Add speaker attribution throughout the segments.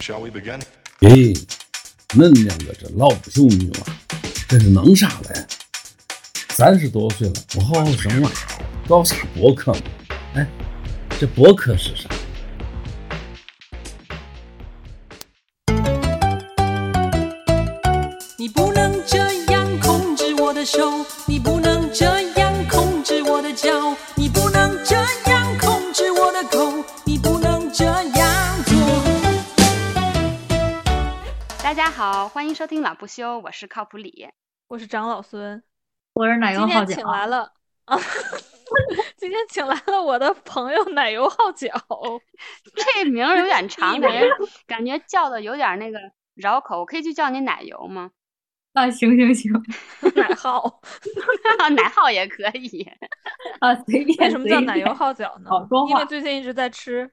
Speaker 1: Shall we begin?
Speaker 2: 咦，恁两个这老不休女娃，这是弄啥嘞？三十多岁了，不好好生娃，搞啥博客呢？哎，这博客是啥？
Speaker 3: 你不能这样控制我的手，你不能这样控制我的脚，你不能这样控制我的口，你不能这样做。
Speaker 4: 大家好，欢迎收听老不休，我是靠谱 李。
Speaker 5: 我是长老孙，
Speaker 6: 我是奶油
Speaker 5: 今
Speaker 6: 号
Speaker 5: 天
Speaker 6: 角
Speaker 5: 请，来了 啊，今天请来了我的朋友奶油号角，
Speaker 4: 这名儿有点长，感觉感觉叫的有点那个绕口。我可以去叫你奶油吗？
Speaker 6: 啊，行行行，
Speaker 5: 奶号。
Speaker 4: 奶号也可以。
Speaker 6: 啊，随便
Speaker 5: 为什么叫
Speaker 6: 随
Speaker 5: 奶油
Speaker 6: 便
Speaker 5: 号角呢
Speaker 6: 好说？
Speaker 5: 因
Speaker 6: 话
Speaker 5: 为最近一直在吃，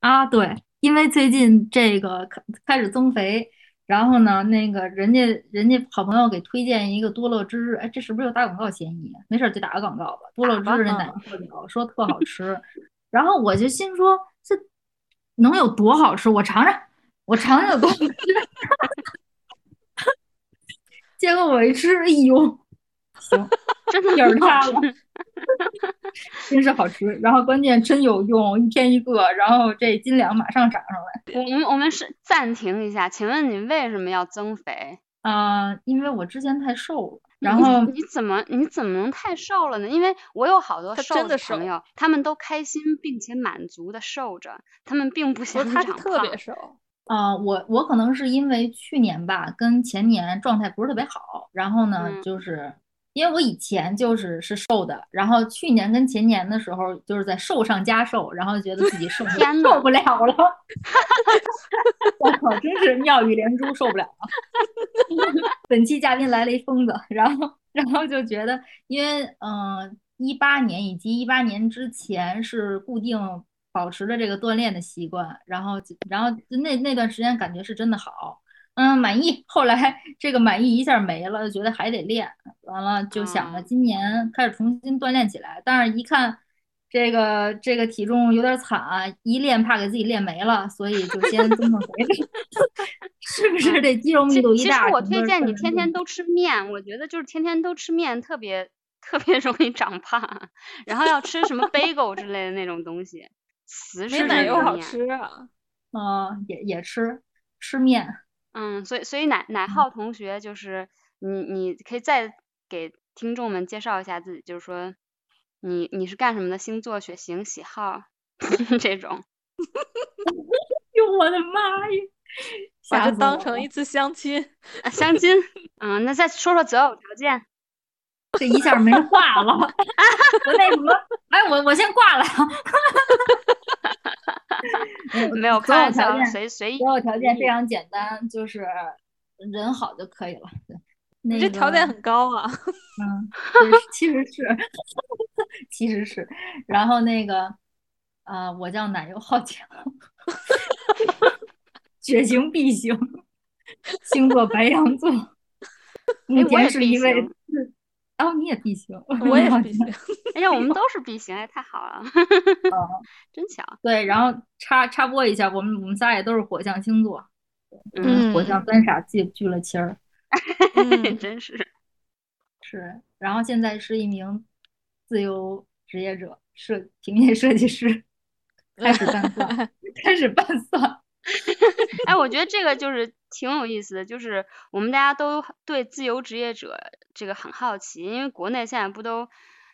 Speaker 6: 啊？对，因为最近这个开开始增肥，然后呢，那个人家人家好朋友给推荐一个多乐之日，哎，这是不是有打广告嫌疑？啊没事儿就打个广告吧，多乐之
Speaker 5: 打吧
Speaker 6: 日那奶油泡脚说特好吃， 然后我就心说这能有多好吃？我尝尝，我尝尝有多好吃。结果我一吃，哎呦，行。
Speaker 4: 真的
Speaker 6: 眼儿
Speaker 4: 好
Speaker 6: 塌了， 真是好吃。然后关键真有用，一天一个，然后这斤两马上涨上来。
Speaker 4: 我们我们是暂停一下，请问你为什么要增肥？
Speaker 6: 啊、因为我之前太瘦了，
Speaker 5: 嗯
Speaker 4: 你
Speaker 6: 然后
Speaker 4: 你怎么你怎么能太瘦了呢？因为我有好多
Speaker 5: 他
Speaker 4: 瘦
Speaker 5: 真的
Speaker 4: 朋
Speaker 5: 瘦
Speaker 4: 友，他们都开心并且满足的瘦着，他们并不
Speaker 5: 不
Speaker 4: 想
Speaker 5: 是他是
Speaker 4: 长
Speaker 5: 特
Speaker 4: 胖
Speaker 5: 别。瘦，
Speaker 6: 啊、我我可能是因为去年吧，跟前年状态不是特别好，然后呢，
Speaker 4: 嗯
Speaker 6: 就是因为我以前就是是瘦的，然后去年跟前年的时候就是在瘦上加瘦，然后觉得自己 瘦
Speaker 4: 天呐
Speaker 6: 受不了了，我靠，真是妙语连珠，受不了了。 本期嘉宾来了一疯子，然后然后就觉得，因为嗯，一、八年以及一八年之前是固定保持着这个锻炼的习惯，然后就然后就那那段时间感觉是真的好，嗯，满意。后来这个满意一下没了，就觉得还得练，完了就想着
Speaker 4: 啊
Speaker 6: 今年开始重新锻炼起来，但是一看。这个这个体重有点惨，一练怕给自己练没了，所以就先增增肥。 是不是这肌肉密
Speaker 4: 啊其
Speaker 6: 度一
Speaker 4: 其实
Speaker 6: 大？
Speaker 4: 我
Speaker 6: 整
Speaker 4: 推
Speaker 6: 个
Speaker 4: 荐
Speaker 6: 身
Speaker 4: 你
Speaker 6: 体
Speaker 4: 天
Speaker 6: 就
Speaker 4: 天都吃面，我觉得就是天天都吃面特别特别容易长胖，然后要吃什 么 bagel 之类的那种东西，死
Speaker 5: 没
Speaker 4: 吃
Speaker 5: 奶
Speaker 4: 这
Speaker 5: 油
Speaker 4: 个
Speaker 5: 好
Speaker 4: 面。
Speaker 5: 吃啊。
Speaker 6: 啊，也也吃吃面，
Speaker 4: 嗯，所以所以奶奶浩同学就是你，你可以再给听众们介绍一下自己，就是说你你是干什么的，星座、血型、喜好 这种。
Speaker 6: 哟，我的妈呀！
Speaker 5: 把
Speaker 6: 吓
Speaker 5: 这
Speaker 6: 死
Speaker 5: 当
Speaker 6: 我
Speaker 5: 成
Speaker 6: 了
Speaker 5: 一次相亲，
Speaker 4: 啊相亲，嗯，那再说说择偶条件。
Speaker 6: 这一下没话了， 我那什么，哎，我我先挂了。
Speaker 4: 没有，
Speaker 6: 所
Speaker 4: 开
Speaker 6: 有
Speaker 4: 玩
Speaker 6: 条
Speaker 4: 笑，
Speaker 6: 件，
Speaker 4: 随随意
Speaker 6: 嗯所有条件非
Speaker 4: 意
Speaker 6: 常简单，就是人好就可以了。对，
Speaker 5: 你
Speaker 6: 那
Speaker 5: 这条件
Speaker 6: 个
Speaker 5: 很高 啊。
Speaker 6: 嗯， 对其实是， 其实是，然后那个，啊、我叫奶油好强， 血型 B 型，星座白 羊座，目
Speaker 4: 哎我也
Speaker 6: 前是
Speaker 4: B
Speaker 6: 一位
Speaker 4: 型
Speaker 6: 自，哦，你也 B 型，
Speaker 5: 我也
Speaker 6: 好
Speaker 5: 是 B
Speaker 6: 强
Speaker 5: 型，
Speaker 4: 哎呀，我们都是 B 型，哎，太好了，
Speaker 6: 哦
Speaker 4: 真巧。
Speaker 6: 对，然后插插播一下，我们我们仨也都是火象星座，
Speaker 4: 嗯，
Speaker 6: 火象三傻聚聚了亲儿，
Speaker 5: 嗯
Speaker 4: 真是。
Speaker 6: 是，然后现在是一名自由职业者，设平面设计师，开始拌饭。开始拌蒜。
Speaker 4: 哎，我觉得这个就是挺有意思的，就是我们大家都对自由职业者这个很好奇，因为国内现在不都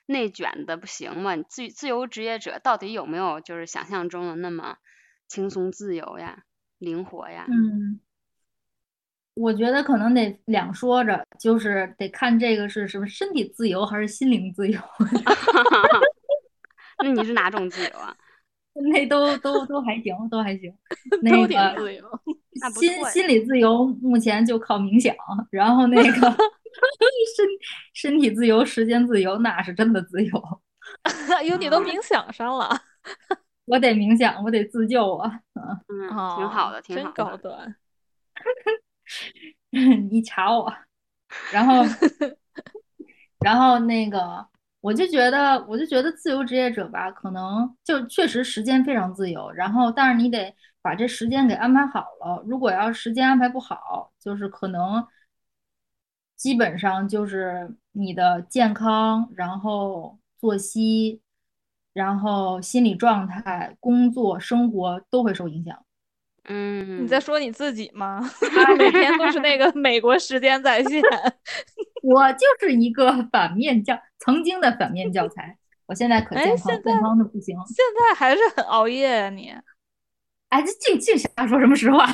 Speaker 4: 内卷的不行嘛？你自自由职业者到底有没有就是想象中的那么轻松自由呀、灵活呀？
Speaker 6: 嗯，我觉得可能得两说着，就是得看这个是什么身体自由还是心灵自由，
Speaker 4: 那你是哪种自由啊？
Speaker 6: 那都都都还行，都还行。那
Speaker 5: 都挺
Speaker 6: 个
Speaker 5: 自由。
Speaker 4: 那不
Speaker 6: 心
Speaker 4: 错呀
Speaker 6: 心理自由目前就靠冥想，然后那个身身体自由、时间自由，那是真的自由。
Speaker 5: 哎呦，你都
Speaker 4: 啊
Speaker 5: 冥想上 了，
Speaker 6: 我得冥想，我得自救啊！
Speaker 4: 嗯，挺好
Speaker 5: 哦
Speaker 4: 的，挺
Speaker 5: 真
Speaker 4: 好
Speaker 5: 高
Speaker 4: 的。
Speaker 5: 端。
Speaker 6: 你查我，然后，然后那个，我就觉得，我就觉得自由职业者吧，可能就确实时间非常自由，然后但是你得把这时间给安排好了。如果要是时间安排不好，就是可能基本上就是你的健康，然后作息，然后心理状态、工作、生活都会受影响。
Speaker 4: 嗯，
Speaker 5: 你在说你自己 吗？ 他每天都是那个美国时间在线，
Speaker 6: 我就是一个 反面教，曾经的反面教材。我现在可
Speaker 5: 哎
Speaker 6: 健
Speaker 5: 现
Speaker 6: 康，
Speaker 5: 在
Speaker 6: 健康的不行。
Speaker 5: 现在还是很熬夜呀、你。
Speaker 6: 哎，这净净瞎说什么实话。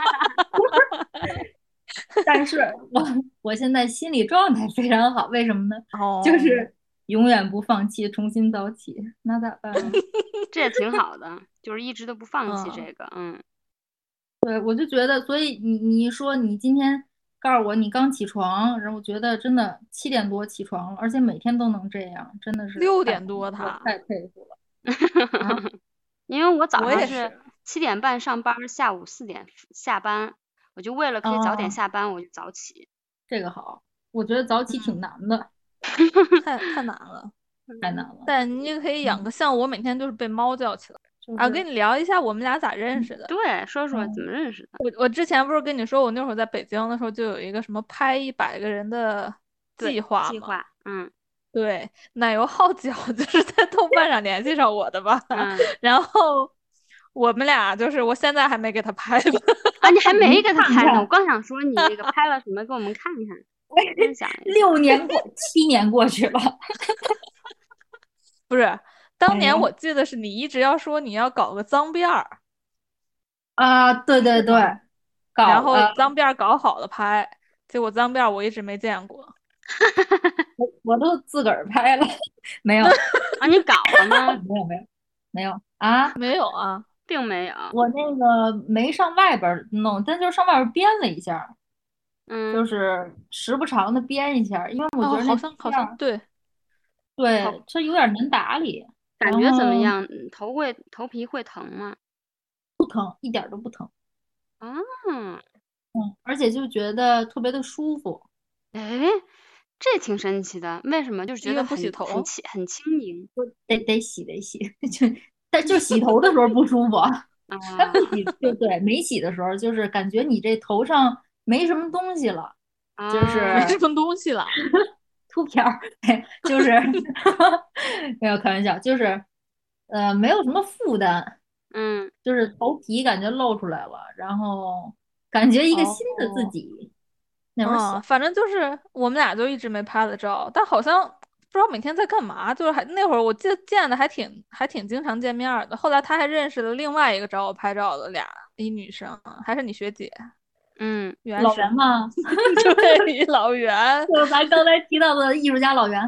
Speaker 6: 但是我我现在心理状态非常好，为什么呢？
Speaker 5: 哦
Speaker 6: 就是永远不放弃，重新早起。那咋办啊？
Speaker 4: 这也挺好的，就是一直都不放弃
Speaker 5: 嗯
Speaker 4: 这个，嗯
Speaker 6: 对，我就觉得，所以你你说你今天告诉我你刚起床，然后我觉得真的七点多起床了，而且每天都能这样，真的是
Speaker 5: 六
Speaker 6: 太
Speaker 5: 点多
Speaker 6: 我
Speaker 5: 他
Speaker 6: 太佩服了。啊
Speaker 4: 因为我早
Speaker 5: 我
Speaker 4: 上
Speaker 5: 也
Speaker 4: 是七点半上班，下午四点下班，我就为了可以早点
Speaker 6: 哦
Speaker 4: 下班，我就早起。
Speaker 6: 这个好，我觉得早
Speaker 5: 嗯
Speaker 6: 起挺难的，
Speaker 5: 太太难了。嗯
Speaker 6: 太难了。
Speaker 5: 但你也可以养个像我，每天都是被猫叫起来。
Speaker 6: 就
Speaker 5: 啊，
Speaker 6: 是
Speaker 5: 跟你聊一下我们俩咋认识的。
Speaker 4: 对，说说怎么认识的？
Speaker 5: 我我之前不是跟你说，我那会儿在北京的时候，就有一个什么拍一百个人的
Speaker 4: 对
Speaker 5: 计划
Speaker 4: 计
Speaker 5: 嘛。
Speaker 4: 划，嗯
Speaker 5: 对，奶油号角 就是在豆瓣上联系上我的 吧。
Speaker 4: 嗯，
Speaker 5: 然后我们俩就是，我现在还没给他拍呢。
Speaker 4: 啊，你还没给他
Speaker 6: 看
Speaker 4: 拍呢，
Speaker 6: 看
Speaker 4: 我刚想说你这个拍了什么，给我们看看，分享一下。
Speaker 6: 六年过七年过去了，
Speaker 5: 不是，当
Speaker 6: 哎
Speaker 5: 年我记得是你一直要说你要搞个脏辫儿，
Speaker 6: 啊，对对对，搞呃
Speaker 5: 然后
Speaker 6: 了，
Speaker 5: 脏辫儿搞好了拍，结果脏辫儿我一直没见过。
Speaker 6: 我我都自个儿拍了，没有
Speaker 4: 啊，你搞了吗？
Speaker 6: 没有没有没有啊，
Speaker 5: 没有啊，
Speaker 4: 并没有，
Speaker 6: 我那个没上外边儿弄，但就是上外边儿编了一下儿，就
Speaker 4: 嗯，
Speaker 6: 是时不常的编一下儿，因为我觉
Speaker 5: 哦，
Speaker 6: 得
Speaker 5: 好
Speaker 6: 那
Speaker 5: 像好
Speaker 6: 样
Speaker 5: 像
Speaker 6: 儿
Speaker 5: 对，
Speaker 6: 对这有点儿难打理，
Speaker 4: 感觉怎么
Speaker 6: 然后
Speaker 4: 样？嗯头会头皮会疼吗？
Speaker 6: 不疼，一点儿都不疼，
Speaker 4: 嗯，
Speaker 6: 嗯，而且就觉得特别的舒服，
Speaker 4: 哎，这挺神奇的，为什么？就是觉
Speaker 5: 因
Speaker 4: 得
Speaker 5: 为不
Speaker 4: 很
Speaker 5: 洗头
Speaker 4: 很轻很轻盈
Speaker 6: 得得洗得洗， 就但就洗头的时候不舒服。
Speaker 4: 啊，
Speaker 6: 它不洗，对对，没洗的时候，就是感觉你这头上没什么东西了，就是
Speaker 5: 没
Speaker 4: 啊
Speaker 5: 什么东西了。
Speaker 6: 秃瓢儿，哎就是 没有开玩笑，就是呃没有什么负担，
Speaker 4: 嗯，
Speaker 6: 就是头皮感觉露出来了，然后感觉一个新的自
Speaker 5: 哦
Speaker 6: 己。那会儿小
Speaker 5: 嗯，反正就是我们俩就一直没拍了照，但好像不知道每天在干嘛。就是还那会儿我记得见的还挺还挺经常见面儿的。后来他还认识了另外一个找我拍照的俩一女生，还是你学姐，
Speaker 4: 嗯，
Speaker 5: 原
Speaker 6: 老
Speaker 5: 始
Speaker 6: 袁嘛，
Speaker 5: 对老 袁
Speaker 6: 就是咱刚才提到的艺术家老袁，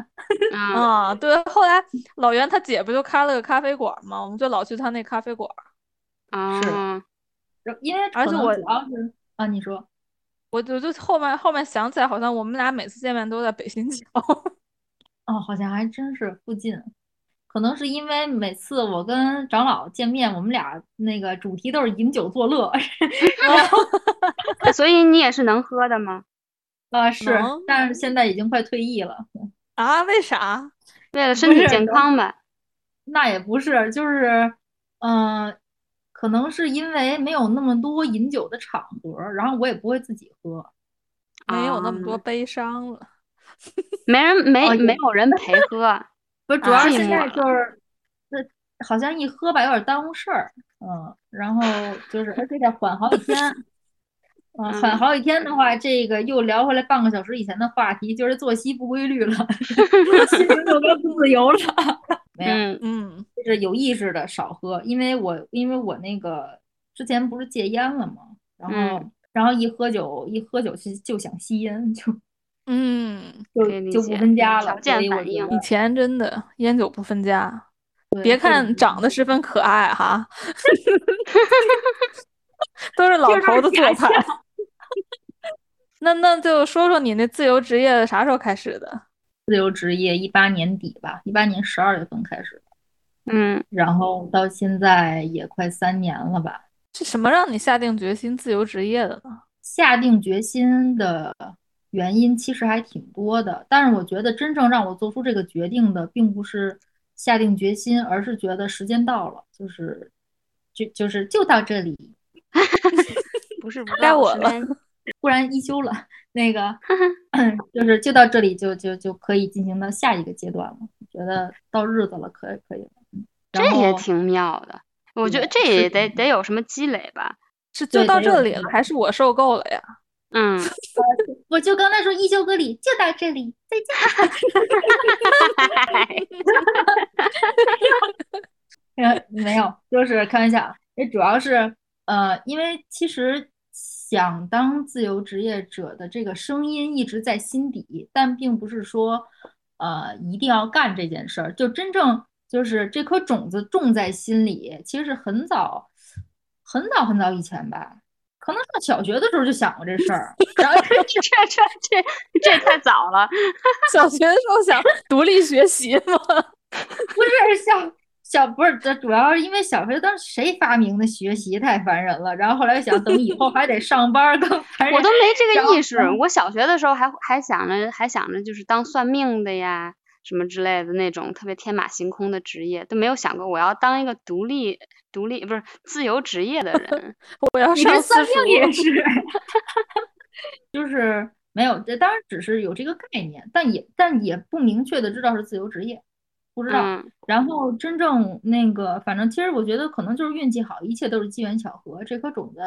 Speaker 4: 啊，
Speaker 5: 啊，对。后来老袁他姐不就开了个咖啡馆儿嘛，我们就老去他那咖啡馆儿。
Speaker 6: 是
Speaker 4: 啊，
Speaker 6: 然后因为
Speaker 5: 而
Speaker 6: 可
Speaker 5: 且
Speaker 6: 能
Speaker 5: 我
Speaker 6: 主要是啊，你说
Speaker 5: 我就就后面后面想起来，好像我们俩每次见面都在北新桥。
Speaker 6: 哦，好像还真是附近。可能是因为每次我跟长老见面，我们俩那个主题都是饮酒作乐，
Speaker 4: 所以你也是能喝的吗？
Speaker 6: 啊，是
Speaker 5: 能，
Speaker 6: 但是现在已经快退役了。
Speaker 5: 啊？为啥？
Speaker 4: 为了身体
Speaker 6: 是
Speaker 4: 健
Speaker 6: 能
Speaker 4: 康吧？
Speaker 6: 那也不是，就是，嗯、可能是因为没有那么多饮酒的场合，然后我也不会自己喝。
Speaker 5: 没有那么多
Speaker 4: 啊
Speaker 5: 悲伤了。
Speaker 4: 没人
Speaker 6: 哦
Speaker 4: 没
Speaker 6: 也
Speaker 4: 没有人陪喝，
Speaker 6: 不是，主要
Speaker 4: 啊
Speaker 6: 是
Speaker 4: 寂
Speaker 6: 现在
Speaker 4: 寞
Speaker 6: 就是，那好像一喝吧，有点耽误事儿，嗯，然后就是，而且得缓好几天，嗯，缓
Speaker 4: 嗯
Speaker 6: 好几天的话，这个又聊回来半个小时以前的话题，就是作息不 规律了，心情就该不自由了。 没有，
Speaker 4: 嗯
Speaker 5: 嗯
Speaker 6: 就是有意识的少喝，因为我因为我那个之前不是戒烟了嘛，然后、
Speaker 4: 嗯
Speaker 6: 然后一喝酒一喝酒就就想吸烟，就
Speaker 5: 嗯。
Speaker 6: 就
Speaker 4: 可以理
Speaker 6: 就
Speaker 4: 解
Speaker 6: 不分家
Speaker 4: 条
Speaker 6: 了，
Speaker 4: 件
Speaker 6: 所以我
Speaker 4: 反
Speaker 6: 觉
Speaker 4: 应
Speaker 5: 以
Speaker 6: 得
Speaker 5: 前真的烟酒不分家，
Speaker 6: 对
Speaker 5: 别
Speaker 6: 这个
Speaker 5: 看
Speaker 6: 是
Speaker 5: 长得十分可爱 哈，都是老
Speaker 6: 就是
Speaker 5: 头子做
Speaker 6: 假
Speaker 5: 派。 那那就说说你那自由职业啥时候开始的？
Speaker 6: 自由职业，一八年底吧，一八年十二月份开始，
Speaker 4: 嗯，
Speaker 6: 然后到现在也快三年了吧。
Speaker 5: 是什么让你下定决心自由职业的呢？
Speaker 6: 下定决心的原因其实还挺多的，但是我觉得真正让我做出这个决定的，并不是下定决心，而是觉得时间到了，就是就就是就到这里，
Speaker 4: 不是不
Speaker 5: 该
Speaker 4: 到
Speaker 5: 我
Speaker 4: 时
Speaker 5: 了
Speaker 4: 间
Speaker 6: 忽然一休了，那个就是就到这里就就就可以进行到下一个阶段了。我觉得到日子了，可以可以了。嗯然
Speaker 4: 这也
Speaker 6: 后
Speaker 4: 挺妙的。我觉得
Speaker 6: 对
Speaker 4: 这
Speaker 6: 嗯是
Speaker 4: 也
Speaker 6: 的
Speaker 4: 得得有什么积累吧。
Speaker 5: 是就
Speaker 6: 对
Speaker 5: 到
Speaker 6: 得有
Speaker 5: 这里
Speaker 6: 这
Speaker 5: 了
Speaker 6: 个，
Speaker 5: 还是我受够了呀？
Speaker 4: 嗯，
Speaker 6: 我就刚才说一休隔离就到这里，再见。 呃，没有，就是开玩笑。也主要是呃，因为其实想当自由职业者的这个声音一直在心底，但并不是说呃一定要干这件事儿。就真正就是这颗种子种在心里，其实是很早、很早、很早以前吧，可能上小学的时候就想过这事儿，然后
Speaker 4: 这这这这太早了。
Speaker 5: 小学的时候想独立学习吗？
Speaker 6: 不是小小不是，这主要是因为小学当时谁发明的学习太烦人了，然后后来想等以后还得上班儿更 烦人。
Speaker 4: 我都没这
Speaker 6: 然
Speaker 4: 个
Speaker 6: 后嗯
Speaker 4: 意识。我小学的时候还还想着还想着就是当算命的呀什么之类的那种特别天马行空的职业，都没有想过我要当一个独立独立不是自由职业的人。
Speaker 5: 我要
Speaker 6: 你这
Speaker 5: 上
Speaker 6: 算
Speaker 5: 私
Speaker 6: 命也
Speaker 5: 塾。
Speaker 6: 是，就是没有，这当然只是有这个概念，但也但也不明确的知道是自由职业， 不知道。
Speaker 4: 嗯，
Speaker 6: 然后真正那个，反正其实我觉得可能就是运气好，一切都是机缘巧合。这颗种子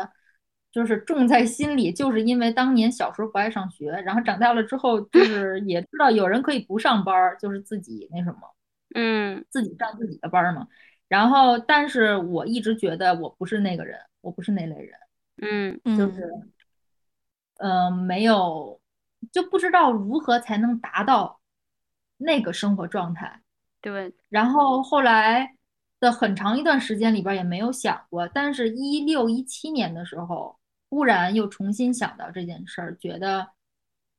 Speaker 6: 就是种在心里，就是因为当年小时候不爱上学，然后长大了之后就是也知道有人可以不上班儿，就是自己那什么，
Speaker 4: 嗯，
Speaker 6: 自己上自己的班儿嘛。然后，但是我一直觉得我不是那个人，我不是那类人。
Speaker 4: 嗯，
Speaker 6: 就是，呃，没有，就不知道如何才能达到那个生活状态。
Speaker 4: 对，
Speaker 6: 然后后来的很长一段时间里边儿也没有想过，但是一六一七年的时候，忽然又重新想到这件事儿，觉得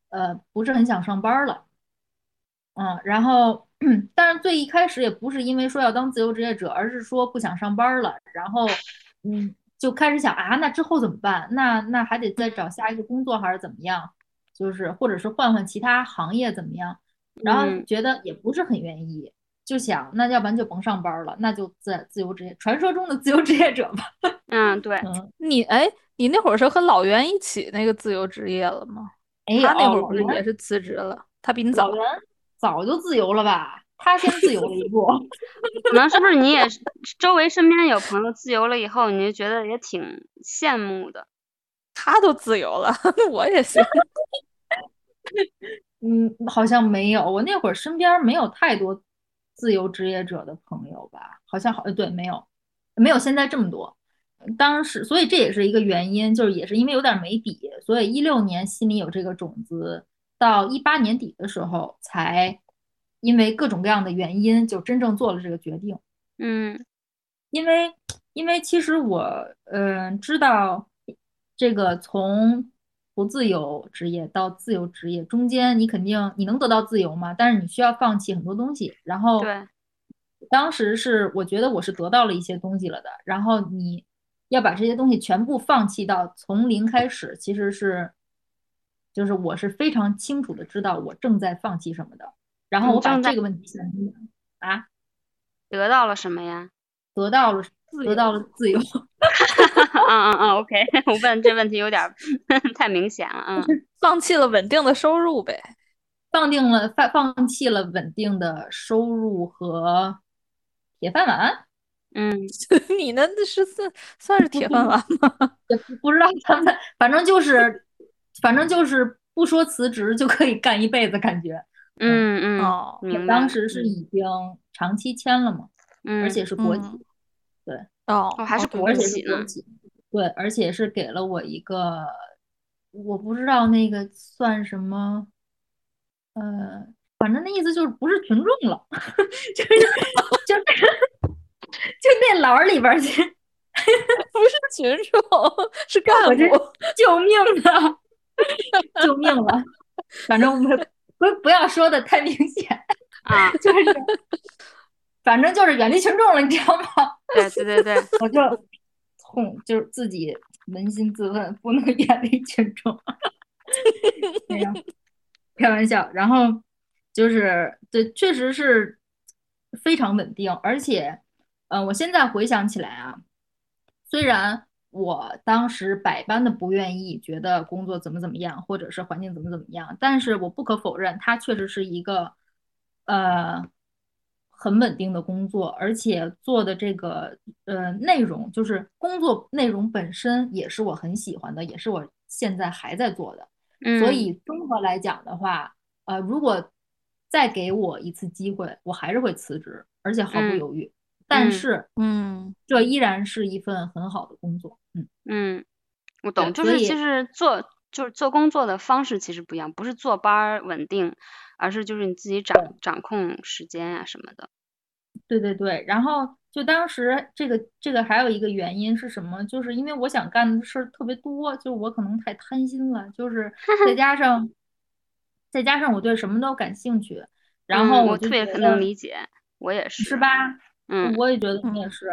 Speaker 6: 呃不是很想上班儿了，嗯，然后 但是最一开始也不是因为说要当自由职业者，而是说不想上班儿了，然后嗯就开始想啊，那之后怎么办？那那还得再找下一个工作还是怎么样？就是或者是换换其他行业怎么样？然后
Speaker 4: 嗯
Speaker 6: 觉得也不是很愿意。就想，那要不然就甭上班儿了，那就自自由职业，传说中的自由职业者吧。
Speaker 4: 嗯，对，
Speaker 6: 嗯，
Speaker 5: 你哎，你那会儿是和老袁一起那个自由职业了吗？
Speaker 6: 哎
Speaker 5: 他那
Speaker 6: 哦
Speaker 5: 会儿
Speaker 6: 老
Speaker 5: 不是也
Speaker 6: 袁
Speaker 5: 是辞职了？他比你
Speaker 6: 老
Speaker 5: 早。
Speaker 6: 袁早就自由了吧？他先自由了一步，
Speaker 4: 可能是不是你也是周围身边有朋友自由了以后，你就觉得也挺羡慕的。
Speaker 5: 他都自由了， 那我也行。
Speaker 6: 嗯，好像没有。我那会儿身边儿没有太多自由职业者的朋友吧，好像好，呃对，没有，没有现在这么多。当时，所以这也是一个原因，就是也是因为有点儿没底，所以一六年心里有这个种子，到一八年底的时候才因为各种各样的原因，就真正做了这个决定。
Speaker 4: 嗯
Speaker 6: 因为因为其实我嗯、呃知道这个从不自由职业到自由职业中间，你肯定你能得到自由吗？但是你需要放弃很多东西。然后
Speaker 4: 对，
Speaker 6: 当时是我觉得我是得到了一些东西了的，然后你要把这些东西全部放弃到从零开始，其实是就是我是非常清楚的知道我正在放弃什么的。然后
Speaker 4: 你
Speaker 6: 我把
Speaker 4: 正在
Speaker 6: 这个问题想清楚啊，
Speaker 4: 得到了什么呀？
Speaker 6: 得到了
Speaker 5: 由
Speaker 6: 得到了自由。
Speaker 4: 嗯嗯嗯，OK，我 问这问题有点儿 太明显了。 嗯，
Speaker 5: 放弃了稳定的收入呗，
Speaker 6: 放定了放放弃了稳定的收入和铁饭碗，
Speaker 4: 嗯，
Speaker 5: 你那是算算是铁饭 碗吗？
Speaker 6: 也不不知道他们，反正就是，反正就是不说辞职就可以干一辈子，感觉。
Speaker 4: 嗯嗯，
Speaker 5: 哦
Speaker 4: 明白
Speaker 6: 当
Speaker 4: 了
Speaker 6: 时是
Speaker 4: 嗯
Speaker 6: 已经长期签了嘛，而
Speaker 4: 嗯
Speaker 6: 且是国企，
Speaker 5: 嗯
Speaker 6: 对
Speaker 5: 哦，
Speaker 4: 哦还是
Speaker 5: 哦对
Speaker 4: 国
Speaker 6: 而且
Speaker 5: 对
Speaker 6: 是
Speaker 4: 企
Speaker 6: 国
Speaker 4: 呢
Speaker 6: 企，对，而且是给了我一个，我不知道那个算什么，呃，反正那意思就是不是群众了， 就是就 就那栏儿里边儿去，
Speaker 5: 不是群众， 是干
Speaker 6: 哦我这
Speaker 5: 部。
Speaker 6: 救命啊！ 救命了！反正我们不不要说的太明显，
Speaker 4: 啊，
Speaker 6: 就是反正就是远离群众了，你知道吗？
Speaker 4: 对对对对，
Speaker 6: 我就痛，就是自己扪心自问，不能远离群众。 没有，开玩笑。然后就是，对，确实是非常稳定，而且，呃，我现在回想起来啊，虽然我当时百般的不愿意，觉得工作怎么怎么样，或者是环境怎么怎么样，但是我不可否认，它确实是一个呃很稳定的工作，而且做的这个呃内容，就是工作内容本身也是我很喜欢的，也是我现在还在做的。 所
Speaker 4: 嗯
Speaker 6: 以综合来讲的话，呃，如果再给我一次机会，我还是会辞职，而且毫不
Speaker 4: 嗯
Speaker 6: 犹豫。但
Speaker 4: 嗯
Speaker 6: 是
Speaker 5: 嗯，
Speaker 6: 这依然是一份很好的工作，嗯，
Speaker 4: 嗯，我懂，就
Speaker 6: 所
Speaker 4: 是
Speaker 6: 以
Speaker 4: 其实做就是做工作的方式其实不一样，不是坐班儿稳定，而是就是你自己掌掌控时间啊什么的。
Speaker 6: 对对对。然后就当时这个这个还有一个原因是什么？就是因为我想干的事儿特别多，就是我可能太贪心了， 就是再加上再加上我对什么都感兴趣，然后
Speaker 4: 嗯
Speaker 6: 我
Speaker 4: 我
Speaker 6: 就
Speaker 4: 特别
Speaker 6: 觉
Speaker 4: 能
Speaker 6: 得
Speaker 4: 理解，我也是。
Speaker 6: 是吧？
Speaker 4: 嗯
Speaker 6: 我也觉得你也是，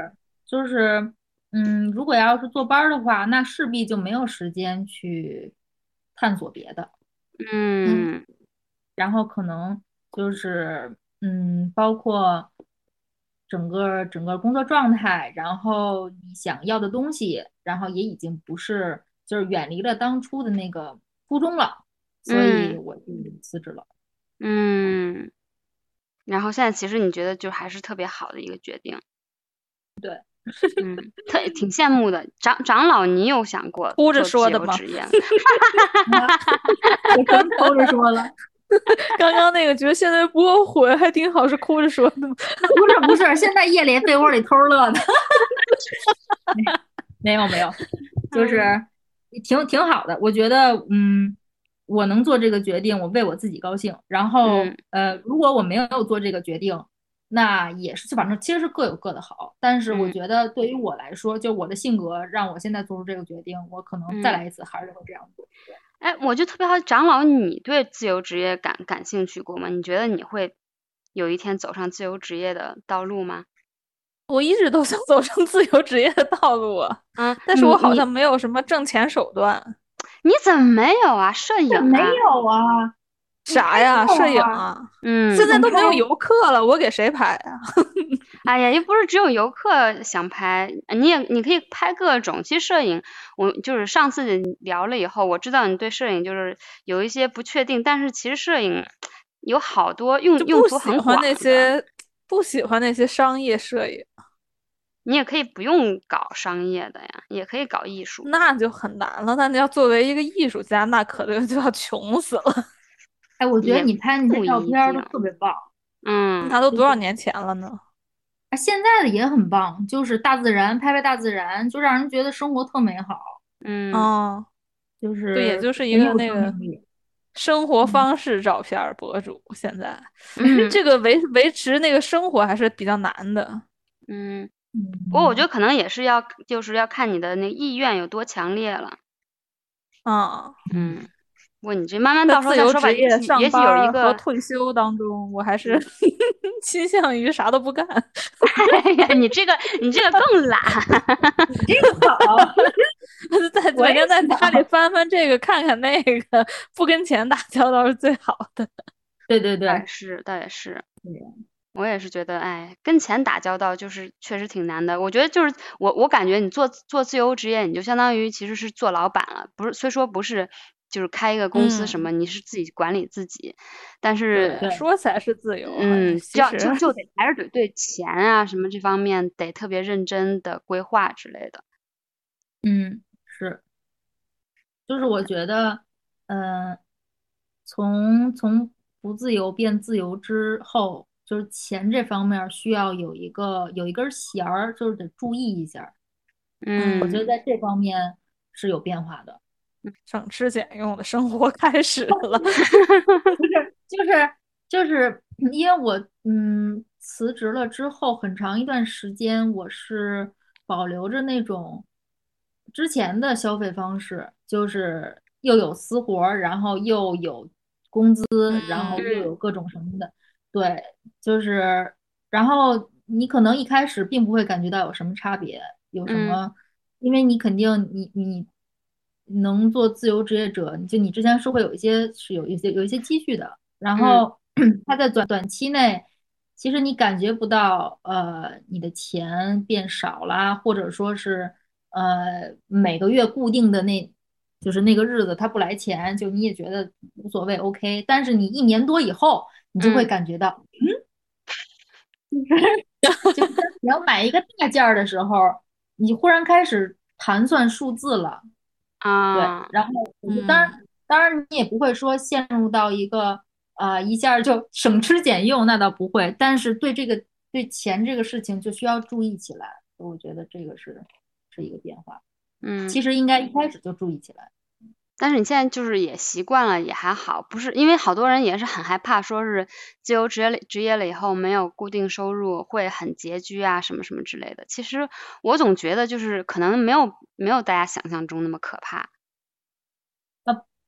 Speaker 6: 就是，嗯，如果要是坐班儿的话，那势必就没有时间去探索别的，
Speaker 4: 嗯
Speaker 6: 然后可能就是，嗯，包括整个整个工作状态，然后你想要的东西，然后也已经不是，就是远离了当初的那个初衷了，所以我就辞职了。
Speaker 4: 嗯。然后现在其实你觉得就还是特别好的一个决定。
Speaker 6: 对。
Speaker 4: 嗯，特挺羡慕的。长长老，你有想过
Speaker 5: 哭着
Speaker 4: 做自
Speaker 5: 说的
Speaker 4: 由
Speaker 5: 吗
Speaker 4: 职业吗？
Speaker 6: 我刚偷着说了，
Speaker 5: 刚刚那个觉得现在不后悔，还挺好，是哭着说的吗？
Speaker 6: 不是不是，现在夜里被窝里偷乐 呢。没有没有，就是
Speaker 4: 嗯
Speaker 6: 挺挺好的。我觉得，嗯，我能做这个决定，我为我自己高兴。然后
Speaker 4: 嗯，
Speaker 6: 呃，如果我没有做这个决定，那也是，就反正其实是各有各的好。但是我
Speaker 4: 嗯
Speaker 6: 觉得对于我来说，就我的性格让我现在做出这个决定，我可能再
Speaker 4: 嗯
Speaker 6: 来一次还是会这样做。
Speaker 4: 哎，我就特别好奇，长老，你对自由职业感感兴趣过吗？你觉得你会有一天走上自由职业的道路吗？
Speaker 5: 我一直都想走上自由职业的道路啊，
Speaker 4: 嗯，
Speaker 5: 但是我好
Speaker 4: 你
Speaker 5: 像没有什么挣钱手段。
Speaker 4: 你怎么没有啊？摄影
Speaker 6: 没
Speaker 4: 啊，
Speaker 6: 有啊，
Speaker 5: 啥呀？摄影
Speaker 6: 啊
Speaker 5: 啊，
Speaker 4: 嗯，
Speaker 5: 现在都没有
Speaker 6: 拍
Speaker 5: 游客了，我给谁拍呀？
Speaker 4: 哎呀，又不是只有游客想拍，你也你可以拍各种。其实摄影，我就是上次聊了以后，我知道你对摄影就是有一些不确定，但是其实摄影有好多用
Speaker 5: 就
Speaker 4: 用
Speaker 5: 不
Speaker 4: 途
Speaker 5: 喜
Speaker 4: 很
Speaker 5: 欢
Speaker 4: 广
Speaker 5: 那
Speaker 4: 的
Speaker 5: 些，不喜欢那些商业摄影，
Speaker 4: 你也可以不用搞商业的呀，也可以搞艺术。
Speaker 5: 那就很难了。那你要作为一个艺术家，那可就就要穷死了。
Speaker 6: 哎，我觉得
Speaker 4: 也
Speaker 6: 你拍那
Speaker 4: 不
Speaker 6: 些照
Speaker 4: 一
Speaker 6: 片儿都
Speaker 4: 定
Speaker 6: 特别棒。
Speaker 4: 嗯，
Speaker 5: 那都多少年前了呢？
Speaker 6: 啊，现在的也很棒，就是大自然，拍拍大自然，就让人觉得生活特美好，
Speaker 4: 嗯，
Speaker 5: 哦，
Speaker 6: 就是
Speaker 5: 对，也就是一
Speaker 6: 很
Speaker 5: 个
Speaker 6: 有
Speaker 5: 那
Speaker 6: 生
Speaker 5: 个
Speaker 6: 命力
Speaker 5: 生活方式照片儿博主，现在
Speaker 4: 嗯
Speaker 5: 这个维维持那个生活还是比较难的。
Speaker 4: 嗯，不过我觉得可能也是要，就是要看你的那意愿有多强烈了。
Speaker 5: 啊、
Speaker 4: 嗯，不过你这慢慢
Speaker 5: 在
Speaker 4: 到时候
Speaker 5: 自
Speaker 4: 再
Speaker 5: 由
Speaker 4: 说吧，
Speaker 5: 职
Speaker 4: 也
Speaker 5: 业、
Speaker 4: 许
Speaker 5: 上
Speaker 4: 也许
Speaker 5: 班
Speaker 4: 有一
Speaker 5: 儿和
Speaker 4: 个，
Speaker 5: 退休当中，我还是 倾向于啥都不干。
Speaker 4: 哎呀，你这个你这个更懒。
Speaker 6: 这个好，
Speaker 5: 在
Speaker 6: 我
Speaker 5: 每
Speaker 6: 也
Speaker 5: 天在家
Speaker 6: 想
Speaker 5: 里翻翻这个，看看那个，不跟钱打交道是最好的。
Speaker 6: 对对
Speaker 4: 倒
Speaker 5: 哎
Speaker 6: 对
Speaker 4: 也，是，倒也是
Speaker 6: 对。
Speaker 4: 我也是觉得，哎，跟钱打交道就是确实挺难的。我觉得就是我，我感觉你做做自由职业，你就相当于其实是做老板了，不是虽说不是就是开一个公司什么，你是自己管理自己，但是
Speaker 6: 嗯对
Speaker 5: 说起来是自由，
Speaker 4: 嗯，
Speaker 5: 其
Speaker 4: 就要就
Speaker 5: 实
Speaker 4: 就得还是得对钱啊什么这方面得特别认真的规划之类的。
Speaker 6: 嗯，是，就是我觉得，嗯、从从不自由变自由之后，就是钱这方面儿需要有一个有一根弦儿，就是得注意一下儿，
Speaker 4: 嗯，
Speaker 6: 我觉得在这方面是有变化的。
Speaker 5: 省吃俭用的生活 开始了。
Speaker 6: 就是就是因为我嗯辞职了之后，很长一段时间我是保留着那种之前的消费方式，就是又有私活儿，然后又有工资，然后又
Speaker 4: 嗯
Speaker 6: 有各种什么的，对，就是然后你可能一开始并不会感觉到有什么差别，有什
Speaker 4: 嗯
Speaker 6: 么，因为你肯定你你能做自由职业者，你就你之前是会有一些是有一些有一些积蓄的，然后 它在短短期内，其实你感觉不到呃你的钱变少啦，或者说是呃每个月固定的那，就是那个日子他不来钱，就你也觉得无所谓，OK。但是你一年多以后，你就会
Speaker 4: 嗯
Speaker 6: 感觉到，嗯， 就是就是当你要买一个大件儿的时候，你忽然开始盘算数字了。对
Speaker 4: 啊，，嗯
Speaker 6: 然后我就当然，当然你也不会说陷入到一个呃一下儿就省吃俭用，那倒不会，但是对这个对钱这个事情就需要注意起来，我觉得这个是是一个变化，
Speaker 4: 嗯，
Speaker 6: 其实应该一开始就注意起来。
Speaker 4: 但是你现在就是也习惯了，也还好，不是因为好多人也是很害怕，说是自由职业了职业了以后没有固定收入会很拮据啊，什么什么之类的。其实我总觉得就是可能没有没有大家想象中那么可怕。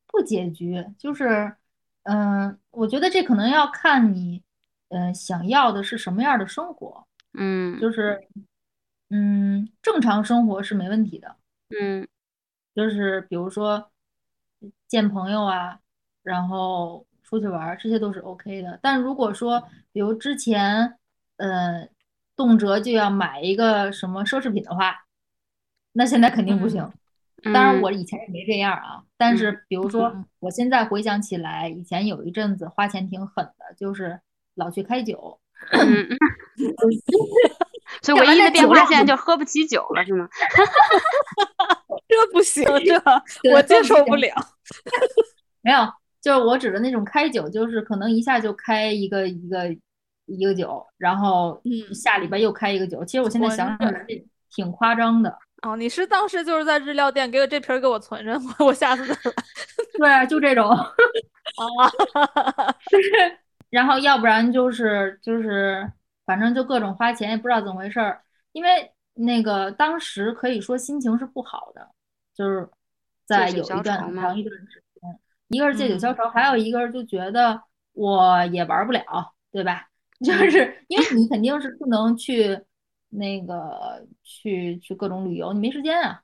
Speaker 6: 不拮据，就是，嗯、我觉得这可能要看你，嗯、想要的是什么样儿的生活，
Speaker 4: 嗯
Speaker 6: 就是，嗯，正常生活是没问题的，
Speaker 4: 嗯
Speaker 6: 就是比如说见朋友啊，然后出去玩儿，这些都是 OK 的。但如果说，比如之前，呃，动辄就要买一个什么奢侈品的话，那现在肯定不
Speaker 5: 嗯
Speaker 6: 行。当然，
Speaker 4: 嗯
Speaker 6: 我以前也没这样啊，但是比如说，我现在回想起来，以前有一阵子花钱挺狠的，就是老去开酒。
Speaker 4: 嗯，嗯所以
Speaker 6: 要不
Speaker 4: 唯
Speaker 6: 然
Speaker 4: 一
Speaker 6: 那
Speaker 4: 的变
Speaker 6: 酒
Speaker 4: 化
Speaker 6: 量
Speaker 4: 现在
Speaker 6: 不
Speaker 4: 就喝不起酒了，是吗？
Speaker 5: 这不行，这
Speaker 6: 对
Speaker 5: 我
Speaker 6: 这
Speaker 5: 接
Speaker 6: 不
Speaker 5: 受
Speaker 6: 行
Speaker 5: 不了。
Speaker 6: 没有，就是我指的那种开酒，就是可能一下就开一个一个一个酒，然后
Speaker 5: 嗯
Speaker 6: 下礼拜又开一个酒。其实我现在
Speaker 5: 我
Speaker 6: 想
Speaker 5: 那
Speaker 6: 想，这挺夸张的。
Speaker 5: 哦，你是当时就是在日料店给我这瓶儿给我存着， 我我下次再来。
Speaker 6: 对啊，就这种。
Speaker 5: 啊，
Speaker 6: 然后要不然就是就是，反正就各种花钱，也不知道怎么回事儿。因为那个当时可以说心情是不好的，就是在
Speaker 4: 借
Speaker 6: 有
Speaker 4: 酒消
Speaker 6: 一段
Speaker 4: 愁
Speaker 6: 很
Speaker 4: 吗
Speaker 6: 长一段时间，一个是借酒消
Speaker 5: 嗯
Speaker 6: 愁，还有一个是就觉得我也玩儿不了，对吧？
Speaker 4: 嗯
Speaker 6: 就是因为你肯定是不能去那个去去各种旅游，你没时间啊。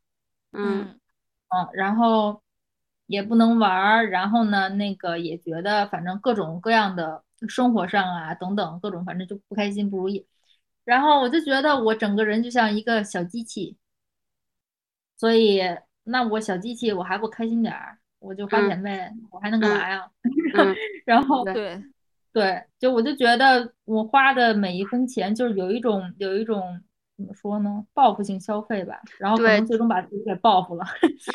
Speaker 4: 嗯，
Speaker 6: 嗯，然后也不能玩儿，然后呢，那个也觉得反正各种各样的生活上啊等等各种，反正就不开心不如意。然后我就觉得我整个人就像一个小机器，所以那我小机器我还不开心点儿，我就花
Speaker 4: 嗯
Speaker 6: 钱呗，我还能
Speaker 4: 嗯
Speaker 6: 干嘛呀？
Speaker 4: 嗯
Speaker 6: 然后
Speaker 4: 对
Speaker 5: 对，
Speaker 6: 对，就我就觉得我花的每一分钱，就是有一种有一种怎么说呢，报复性消费吧，然后可
Speaker 4: 对
Speaker 6: 能最终把自己给报复了。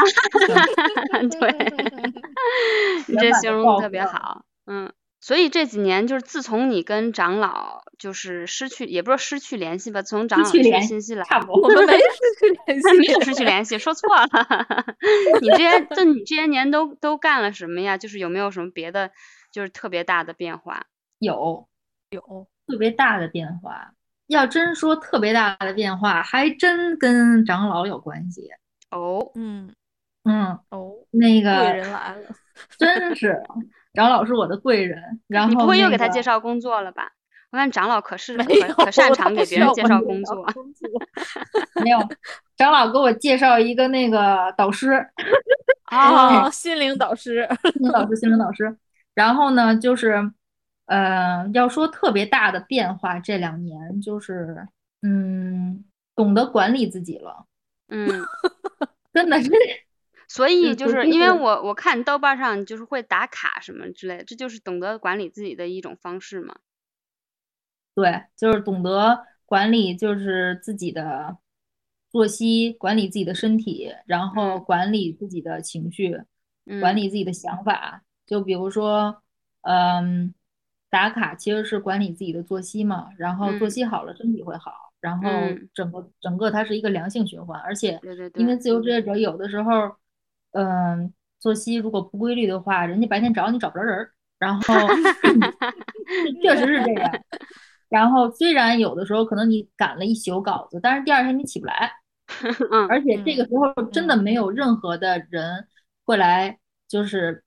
Speaker 4: 对， 你
Speaker 6: 原
Speaker 4: 这
Speaker 6: 版
Speaker 4: 形
Speaker 6: 的
Speaker 4: 容
Speaker 6: 报
Speaker 4: 特别
Speaker 6: 告
Speaker 4: 好，嗯。所以这几年就是自从你跟长老就是失去，也不是失去联系吧，从长老
Speaker 6: 去
Speaker 4: 这
Speaker 6: 联
Speaker 4: 边
Speaker 6: 系
Speaker 4: 信息来，
Speaker 6: 差不多
Speaker 5: 我们没失去联
Speaker 4: 没有
Speaker 5: 系，
Speaker 4: 失去联系，说错了。 你这些就你这些年都都干了什么呀？就是有没有什么别的就是特别大的变化？
Speaker 6: 有
Speaker 5: 有
Speaker 6: 特别大的变化。要真说特别大的变化，还真跟长老有关系。
Speaker 4: 哦，
Speaker 5: 嗯
Speaker 6: 嗯，
Speaker 5: 哦，
Speaker 6: 那
Speaker 4: 呃
Speaker 5: 贵
Speaker 6: 个
Speaker 5: 人来了，
Speaker 6: 真是长老是我的贵人。然
Speaker 4: 你不
Speaker 6: 后
Speaker 4: 会又
Speaker 6: 那
Speaker 4: 给他
Speaker 6: 个
Speaker 4: 介绍工作了吧？我看长老可是
Speaker 5: 没
Speaker 4: 可
Speaker 5: 有，
Speaker 4: 可擅
Speaker 5: 我
Speaker 4: 长
Speaker 5: 不
Speaker 4: 给
Speaker 5: 需
Speaker 4: 别人
Speaker 5: 要
Speaker 4: 介
Speaker 5: 我
Speaker 4: 绍
Speaker 5: 给
Speaker 4: 工
Speaker 5: 到
Speaker 4: 作，
Speaker 5: 工
Speaker 6: 没有，长老给我介绍一个那个导师，
Speaker 5: 啊，心灵导师，
Speaker 6: 心灵导师，心灵导师。然后呢，就是，呃，要说特别大的变化，这两年就是，嗯，懂得管理自己了，
Speaker 4: 嗯。
Speaker 6: 真的是。
Speaker 4: 所以
Speaker 6: 嗯
Speaker 4: 就
Speaker 6: 对
Speaker 4: 是
Speaker 6: 就
Speaker 4: 因为
Speaker 6: 是
Speaker 4: 我我看豆瓣上就是会打卡什么之类的，这就是懂得管理自己的一种方式嘛。
Speaker 6: 对，就是懂得管理，就是自己的作息，管理自己的身体，然后
Speaker 4: 嗯
Speaker 6: 管理自己的情绪，
Speaker 4: 嗯，
Speaker 6: 管理自己的想法。就比如说，嗯，打卡其实是管理自己的作息嘛，然后
Speaker 4: 嗯
Speaker 6: 作息好了，身体会好，然后
Speaker 4: 嗯
Speaker 6: 整个整个它是一个良性循环，而且
Speaker 4: 对对对，嗯
Speaker 6: 因为自由职业者有的时候，嗯，作息如果不规律的话，人家白天找你找不着人儿，然后确实是这样。然后虽然有的时候可能你赶了一宿稿子，但是第二天你起不来，
Speaker 4: 嗯
Speaker 6: 而且这个时候真的没有任何的人会来就是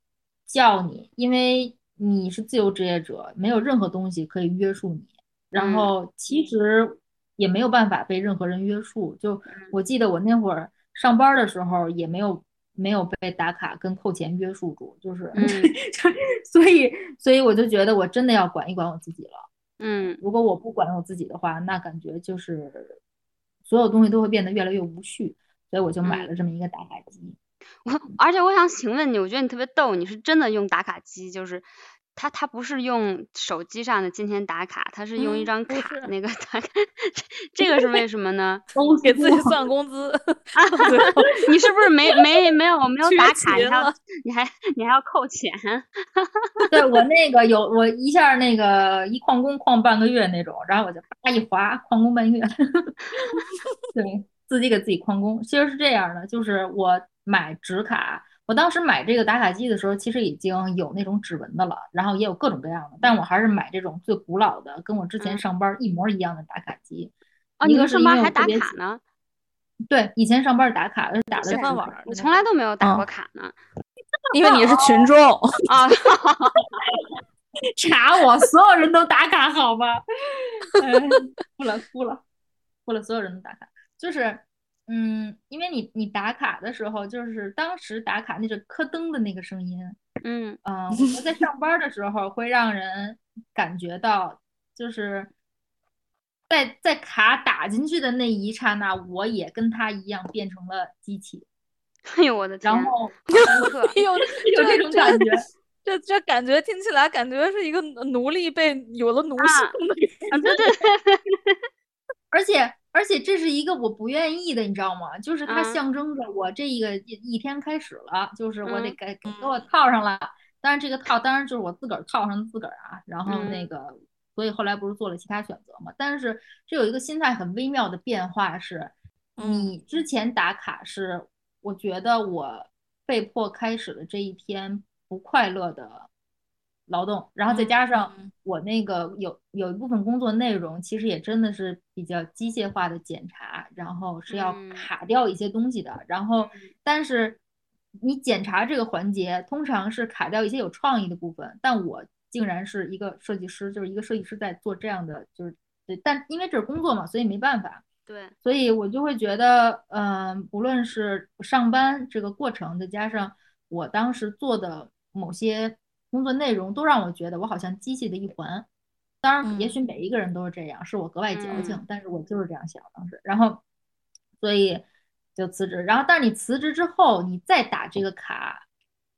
Speaker 6: 叫你，因为你是自由职业者，没有任何东西可以约束你。然
Speaker 4: 嗯
Speaker 6: 后其实也没有办法被任何人约束。就
Speaker 4: 嗯
Speaker 6: 我记得我那会儿上班的时候也没有没有被打卡跟扣钱约束住，就是，
Speaker 4: 嗯
Speaker 6: 所以所以我就觉得我真的要管一管我自己了。
Speaker 4: 嗯
Speaker 6: 如果我不管我自己的话，那感觉就是所有东西都会变得越来越无序。所以我就
Speaker 4: 嗯
Speaker 6: 买了这么一个打卡机。
Speaker 4: 我而且我想请问你，我觉得你特别逗，你是真的用打卡机，就是它它不是用手机上的金钱打卡，它是用一
Speaker 5: 嗯
Speaker 4: 张
Speaker 5: 不
Speaker 4: 卡
Speaker 5: 是
Speaker 4: 那个打卡，这个是为什么呢？
Speaker 5: 给自己算工 资，到最后
Speaker 4: 你是不是 没没没有没有
Speaker 5: 缺
Speaker 4: 打卡，你
Speaker 5: 勤
Speaker 4: 还要
Speaker 5: 了
Speaker 4: 你还你还要扣钱？
Speaker 6: 对我那个有我一下那个一旷工旷半个月那种，然后我就啪一划旷工半月， 对自己给自己旷工。其实是这样的，就是我买纸卡，我当时买这个打卡机的时候，其实已经有那种指纹的了，然后也有各种各样的，但我还是买这种最古老的，跟我之前
Speaker 4: 嗯
Speaker 6: 上班一模一样的打卡机。
Speaker 4: 哦，
Speaker 6: 一
Speaker 4: 你
Speaker 6: 个
Speaker 4: 们
Speaker 6: 是
Speaker 4: 上
Speaker 6: 因
Speaker 4: 班
Speaker 6: 为
Speaker 4: 还
Speaker 6: 我特
Speaker 4: 打
Speaker 6: 别
Speaker 4: 卡
Speaker 6: 喜
Speaker 4: 呢？
Speaker 6: 对，以前上班打卡的打的
Speaker 5: 写
Speaker 6: 是
Speaker 5: 饭
Speaker 6: 纸
Speaker 5: 碗
Speaker 6: 卡
Speaker 5: 儿
Speaker 4: 我
Speaker 6: 的
Speaker 4: 从 来都没有打
Speaker 5: 嗯
Speaker 4: 过卡呢。
Speaker 5: 因为你是群 众，
Speaker 4: 啊，
Speaker 6: 查我，所有人都打卡好吗？哎，哭了哭了哭了，所有人都打卡。就是，嗯，因为你你打卡的时候，就是当时打卡那个磕噔的那个声音，
Speaker 4: 嗯，
Speaker 6: 嗯、我觉得在上班儿的时候会让人感觉到，就是在在卡打进去的那一刹那，我也跟他一样变成了机器，
Speaker 4: 哎呦我的天，啊
Speaker 6: 然
Speaker 4: 好
Speaker 6: 后
Speaker 4: 深刻。
Speaker 5: 哎呦，
Speaker 6: 有这种感觉。
Speaker 5: 这这感觉听起来感觉是一个奴隶被有了奴性
Speaker 4: 啊
Speaker 5: 的人，
Speaker 4: 啊，对对 对，
Speaker 6: 而且而且这是一个我不愿意的，你知道吗？就是它
Speaker 4: 嗯
Speaker 6: 象征着我这一个一一天开始了，就是我得
Speaker 4: 嗯
Speaker 6: 给给给我套上了。当然这个套当然就是我自个儿套上自个儿啊，然后那
Speaker 4: 嗯
Speaker 6: 个，所以后来不是做了其他选择嘛？但是这有一个心态很微妙的变化是，
Speaker 5: 嗯
Speaker 6: 你之前打卡是，我觉得我被迫开始了这一天不快乐的劳动，然后再
Speaker 5: 嗯
Speaker 6: 加上
Speaker 5: 嗯
Speaker 6: 我那个有有一部分工作内容，其实也真的是比较机械化的检查，然后是要
Speaker 4: 嗯
Speaker 6: 卡掉一些东西的，然后但是你检查这个环节通常是卡掉一些有创意的部分，但我竟然是一个设计师，就是一个设计师在做这样的，就是对，但因为这是工作嘛，所以没办法。
Speaker 4: 对，
Speaker 6: 所以我就会觉得，嗯，无论是上班这个过程，再加上我当时做的某些工作内容，都让我觉得我好像机器的一环。当然，也许每一个人都是这样，是我格外矫情，
Speaker 5: 嗯
Speaker 6: 但是我就是这样想当时。然后，所以就辞职。然后，但是你辞职之后，你再打这个卡，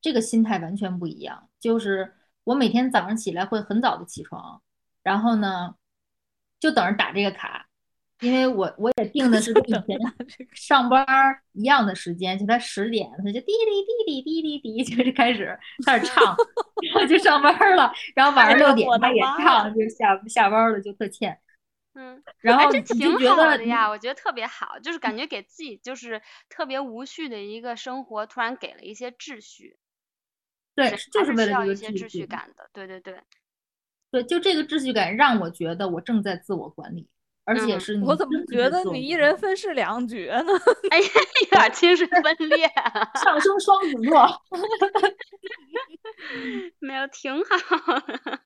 Speaker 6: 这个心态完全不一样。就是我每天早上起来会很早的起床，然后呢，就等着打这个卡，因为我我也定的是跟以 前
Speaker 5: 这个
Speaker 6: 上班儿一样的时间，就他十点，他就滴滴滴滴滴滴滴， 就是开始开始唱， 然后就上班儿了，然后晚上
Speaker 5: 哎
Speaker 6: 六
Speaker 5: 呦
Speaker 6: 点
Speaker 5: 我的
Speaker 6: 他也
Speaker 5: 妈呀
Speaker 6: 唱，就下下班儿了就特欠，
Speaker 4: 嗯，
Speaker 6: 然
Speaker 4: 哎
Speaker 6: 后
Speaker 4: 这
Speaker 6: 你就
Speaker 4: 挺
Speaker 6: 觉
Speaker 4: 好
Speaker 6: 得
Speaker 4: 的呀，我觉得特别好，就是感觉给自己就是特别无序的一个生活，突然给了一些秩序，
Speaker 6: 对
Speaker 4: 人，
Speaker 6: 就
Speaker 4: 还
Speaker 6: 是
Speaker 4: 是
Speaker 6: 为
Speaker 4: 需
Speaker 6: 了
Speaker 4: 要
Speaker 6: 这个
Speaker 4: 一些
Speaker 6: 秩
Speaker 4: 秩序
Speaker 6: 序，
Speaker 4: 感的。对对 对，
Speaker 6: 对，就这个秩序感让我觉得我正在自我管理，而且
Speaker 4: 嗯
Speaker 6: 是你
Speaker 5: 我怎么
Speaker 6: 真的
Speaker 5: 觉
Speaker 6: 在
Speaker 5: 得
Speaker 6: 自我
Speaker 5: 你一
Speaker 6: 管
Speaker 5: 人
Speaker 6: 理
Speaker 5: 分饰两角呢？
Speaker 4: 哎呀，有点精神分裂，啊
Speaker 6: 上升双子座？
Speaker 4: 没有，挺好 的。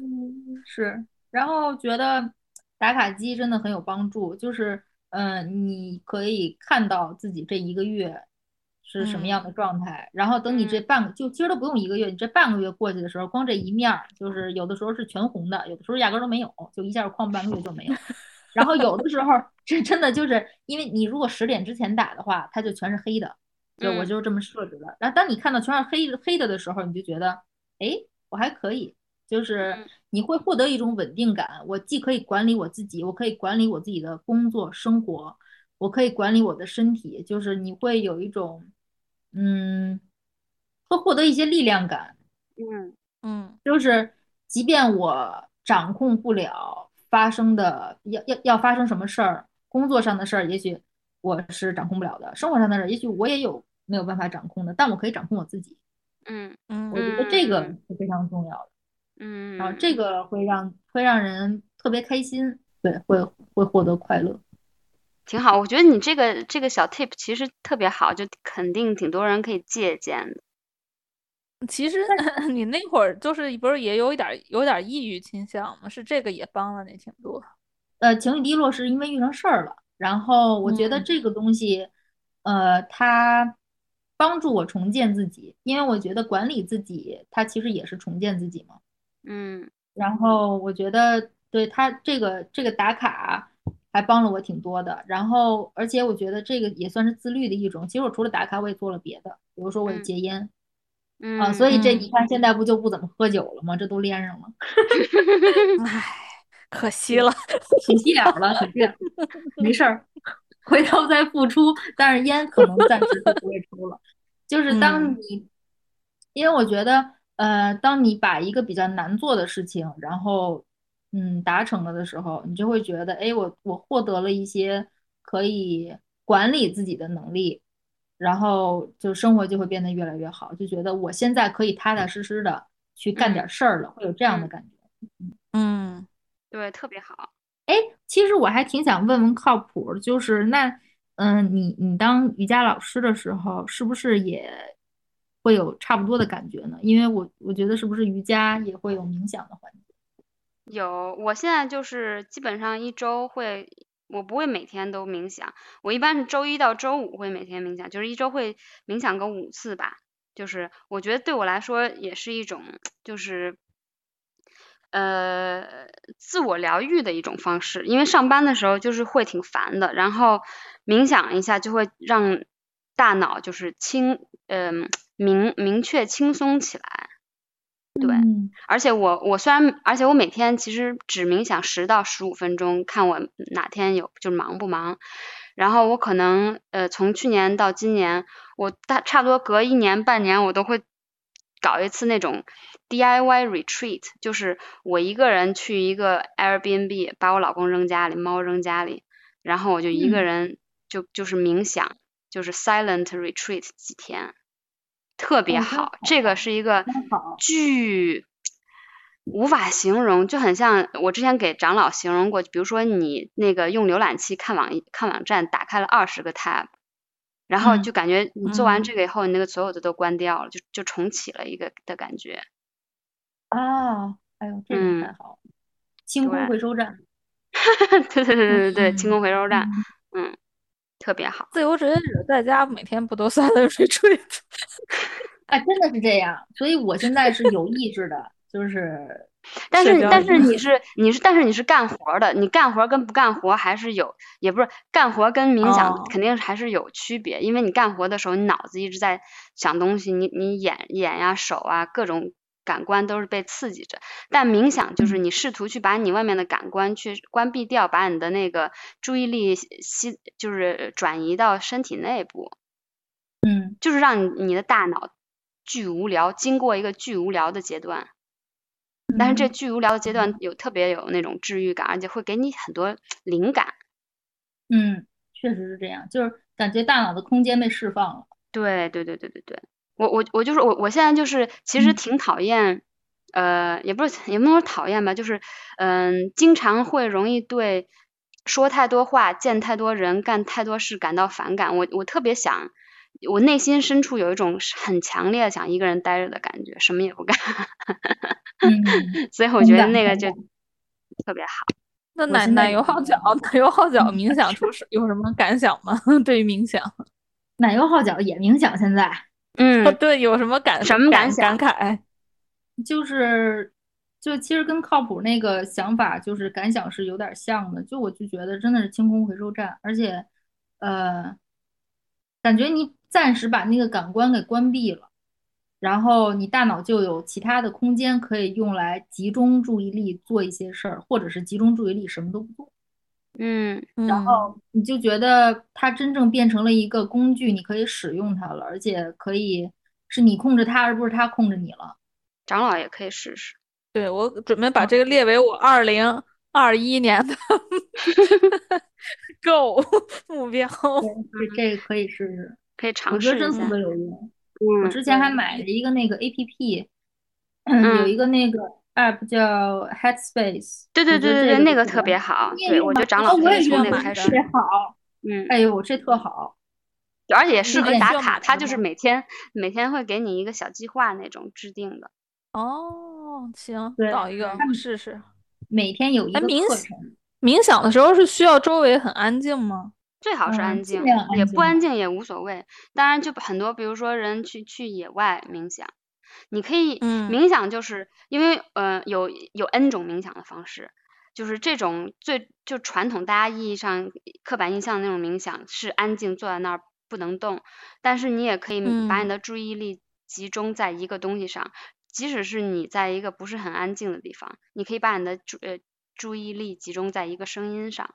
Speaker 6: 嗯，是，然后觉得打卡机真的很有帮助，就是，嗯、你可以看到自己这一个月是什么样的状态，然后等你这
Speaker 4: 嗯
Speaker 6: 半个，就其实都不用一个月，你这半个月过去的时候，光这一面儿，就是有的时候是全红的，有的时候压根儿都没有，就一下儿旷半个月就没有，然后有的时候儿这真的就是因为你如果十点之前打的话，它就全是黑的，就我
Speaker 4: 嗯
Speaker 6: 就是这么设置的，然后当你看到全是黑黑的的时候，你就觉得，哎，我还可以。就是
Speaker 4: 嗯
Speaker 6: 你会获得一种稳定感。我既可以管理我自己，我可以管理我自己的工作生活，我可以管理我的身体。就是你会有一种，嗯，会获得一些力量感。
Speaker 4: 嗯，
Speaker 5: 嗯，
Speaker 6: 就是即便我掌控不了发生的，要要要发生什么事儿，工作上的事儿，也许我是掌控不了的，生活上的事儿，也许我也有没有办法掌控的，但我可以掌控我自己。
Speaker 4: 嗯
Speaker 5: 嗯
Speaker 6: 我觉得这个
Speaker 4: 嗯
Speaker 6: 是非常重要的。
Speaker 4: 嗯，
Speaker 6: 然后这个会让会让人特别开心，对，会会获得快乐。
Speaker 4: 挺好，我觉得你这个这个小 tip 其实特别好，就肯定挺多人可以借鉴的。
Speaker 5: 其实你那会儿就是不是也有一点儿有点儿抑郁倾向吗？是这个也帮了你挺多。
Speaker 6: 呃，情绪低落是因为遇上事儿了，然后我觉得
Speaker 5: 嗯
Speaker 6: 这个东西，呃，它帮助我重建自己，因为我觉得管理自己，它其实也是重建自己嘛。
Speaker 4: 嗯
Speaker 6: 然后我觉得对它这个这个打卡，还帮了我挺多的。然后，而且我觉得这个也算是自律的一种。其实我除了打卡，我也做了别的，比如说我也
Speaker 4: 嗯
Speaker 6: 戒烟
Speaker 4: 嗯
Speaker 6: 啊。所以这
Speaker 5: 嗯
Speaker 6: 你看，现在不就不怎么喝酒了吗？这都连上了，
Speaker 5: 唉，可惜了。
Speaker 6: 可惜了了，可惜了，没事儿，回头再复出。但是烟可能暂时就不会抽了。就是当
Speaker 5: 嗯
Speaker 6: 你，因为我觉得，呃，当你把一个比较难做的事情，然后嗯达成了的时候，你就会觉得，哎，我我获得了一些可以管理自己的能力，然后就生活就会变得越来越好，就觉得我现在可以踏踏实实的去干点事儿了，会有这样的
Speaker 4: 嗯
Speaker 6: 感觉。
Speaker 5: 嗯，
Speaker 4: 对，特别好。
Speaker 6: 其实我还挺想问问靠谱儿，就是那，嗯，你你当瑜伽老师的时候，是不是也会有差不多的感觉呢？因为我我觉得是不是瑜伽也会有冥想的环节？
Speaker 4: 有，我现在就是基本上一周会，我不会每天都冥想，我一般是周一到周五会每天冥想，就是一周会冥想个五次吧。就是我觉得对我来说也是一种，就是呃自我疗愈的一种方式，因为上班的时候就是会挺烦的，然后冥想一下就会让大脑就是轻，嗯、明明确轻松起来。对
Speaker 6: 嗯，
Speaker 4: 而且我我虽然，而且我每天其实只冥想十到十五分钟，看我哪天有就是忙不忙。然后我可能呃，从去年到今年，我大差不多隔一年半年，我都会搞一次那种 DIY retreat，就是我一个人去一个 Airbnb，把我老公扔家里，猫扔家里，然后我就一个
Speaker 6: 嗯
Speaker 4: 人就就是冥想，就是 silent retreat 几天，特别
Speaker 6: 哦真
Speaker 4: 好。这个是一个
Speaker 6: 真好
Speaker 4: 巨无法形容，就很像我之前给长老形容过，比如说你那个用浏览器看网看网站，打开了二十个 tab，然后
Speaker 6: 嗯
Speaker 4: 就感觉你做完
Speaker 5: 嗯
Speaker 4: 这个以后，你那个所有的都关掉了，就就重启了一个的感觉。
Speaker 6: 啊，哎呦，这个太
Speaker 4: 嗯
Speaker 6: 好了，清空
Speaker 4: 对
Speaker 6: 回收站，
Speaker 4: 对对对对对对，清空回收站，
Speaker 6: 嗯
Speaker 4: 嗯，特别好。
Speaker 5: 自由职业者在家每天不都算了 retreat？
Speaker 6: 啊，真的是这样。所以我现在是有意识的，就是
Speaker 4: 但
Speaker 5: 社
Speaker 4: 是
Speaker 5: 交
Speaker 4: 但
Speaker 5: 一
Speaker 4: 是
Speaker 5: 样
Speaker 4: 你是你是但是你是干活儿的，你干活儿跟不干活儿还是有，也不是干活儿跟冥
Speaker 6: 哦
Speaker 4: 想肯定还是有区别，因为你干活的时候，你脑子一直在想东西，你你眼眼呀、手啊各种感官都是被刺激着，但冥想就是你试图去把你外面的感官去关闭掉，把你的那个注意力吸就是转移到身体内部，
Speaker 6: 嗯，
Speaker 4: 就是让你你的大脑巨无聊，经过一个巨无聊的阶段。 但是这
Speaker 6: 嗯
Speaker 4: 巨无聊的阶段有特别有那种治愈感，而且会给你很多灵感。
Speaker 6: 嗯，确实是这样，就是感觉大脑的空间被释放了。
Speaker 4: 对对对对对对，我我我就是我我现在就是其实
Speaker 6: 嗯
Speaker 4: 挺讨厌，呃，也不是也不能说讨厌吧，就是嗯，经常会容易对说太多话、见太多人、干太多事感到反感。我我特别想，我内心深处有一种很强烈的想一个人待着的感觉，什么也不干。
Speaker 6: 嗯。
Speaker 4: 所以我
Speaker 6: 同
Speaker 4: 觉得
Speaker 6: 感
Speaker 4: 那个
Speaker 6: 同
Speaker 4: 就
Speaker 6: 感
Speaker 4: 特别好。
Speaker 5: 那
Speaker 6: 我
Speaker 5: 奶
Speaker 6: 现在
Speaker 5: 奶
Speaker 6: 也
Speaker 5: 油
Speaker 6: 是
Speaker 5: 号
Speaker 6: 这
Speaker 5: 角
Speaker 6: 样，
Speaker 5: 奶油号角
Speaker 6: 嗯
Speaker 5: 冥想出是有什么感想吗？ 对于冥想，
Speaker 6: 奶油号角也冥想，现在
Speaker 5: 哦，
Speaker 4: 嗯，
Speaker 5: 对，有什么感
Speaker 4: 什么感
Speaker 5: 感感慨？
Speaker 6: 就是，就其实跟靠谱那个想法就是感想是有点像的。就我就觉得真的是清空回收站，而且，呃，感觉你暂时把那个感官给关闭了，然后你大脑就有其他的空间可以用来集中注意力做一些事儿，或者是集中注意力什么都不做。
Speaker 4: 嗯
Speaker 5: 然后
Speaker 6: 你就觉得它真正变成了一个工具，你可以使用它了，而且可以是你控制它，而不是它控制你了。
Speaker 4: 长老也可以试试。
Speaker 5: 对，我准备把这个列为我二零二一年 的 goal 目标。
Speaker 6: 对，这这个可以试试，
Speaker 4: 可以
Speaker 6: 我
Speaker 4: 尝
Speaker 6: 觉
Speaker 4: 试
Speaker 6: 得真
Speaker 4: 一下
Speaker 6: 特。别有用。我
Speaker 4: 嗯，
Speaker 6: 之前还买了一个那个 APP，嗯，有一个那个 app 叫 Headspace，
Speaker 4: 对对对
Speaker 6: 我觉得
Speaker 4: 对
Speaker 6: 这
Speaker 4: 对，
Speaker 6: 个
Speaker 4: 那
Speaker 6: 就
Speaker 4: 个
Speaker 6: 特
Speaker 4: 特
Speaker 6: 别
Speaker 4: 别
Speaker 6: 好
Speaker 4: 好。
Speaker 6: 你也
Speaker 4: 对，
Speaker 6: 用
Speaker 4: 我觉
Speaker 6: 吧
Speaker 4: 得长
Speaker 6: 哦
Speaker 4: 老
Speaker 6: 我
Speaker 4: 可
Speaker 6: 也
Speaker 4: 以从
Speaker 6: 用
Speaker 4: 那个
Speaker 6: 买
Speaker 4: 开
Speaker 6: 特
Speaker 4: 始
Speaker 6: 别。好，
Speaker 4: 嗯，
Speaker 6: 哎呦，这特好，
Speaker 4: 而且也适
Speaker 5: 那
Speaker 4: 合
Speaker 5: 个也
Speaker 4: 打
Speaker 5: 需要
Speaker 4: 卡，
Speaker 5: 买
Speaker 4: 它
Speaker 5: 的
Speaker 4: 就是
Speaker 5: 吗
Speaker 4: 每天每天会给你一个小计划那种制定的。
Speaker 5: 哦，行，
Speaker 6: 对
Speaker 5: 找一个
Speaker 6: 嗯
Speaker 5: 我试试。
Speaker 6: 每天有一
Speaker 5: 哎
Speaker 6: 个
Speaker 5: 冥
Speaker 6: 课
Speaker 5: 想
Speaker 6: 程，
Speaker 5: 冥想的时候是需要周围很安静吗？
Speaker 4: 最好是
Speaker 6: 嗯
Speaker 4: 安
Speaker 6: 尽
Speaker 4: 静，
Speaker 6: 量安
Speaker 4: 也不
Speaker 6: 静
Speaker 4: 安静也无所谓。当然，就很多，比如说人去去野外冥想，你可以
Speaker 5: 嗯
Speaker 4: 冥想，就是因为呃有有 N 种冥想的方式，就是这种最就传统大家意义上刻板印象的那种冥想是安静坐在那儿不能动，但是你也可以把
Speaker 5: 嗯
Speaker 4: 你的注意力集中在一个东西上，即使是你在一个不是很安静的地方，你可以把你的注呃注意力集中在一个声音上，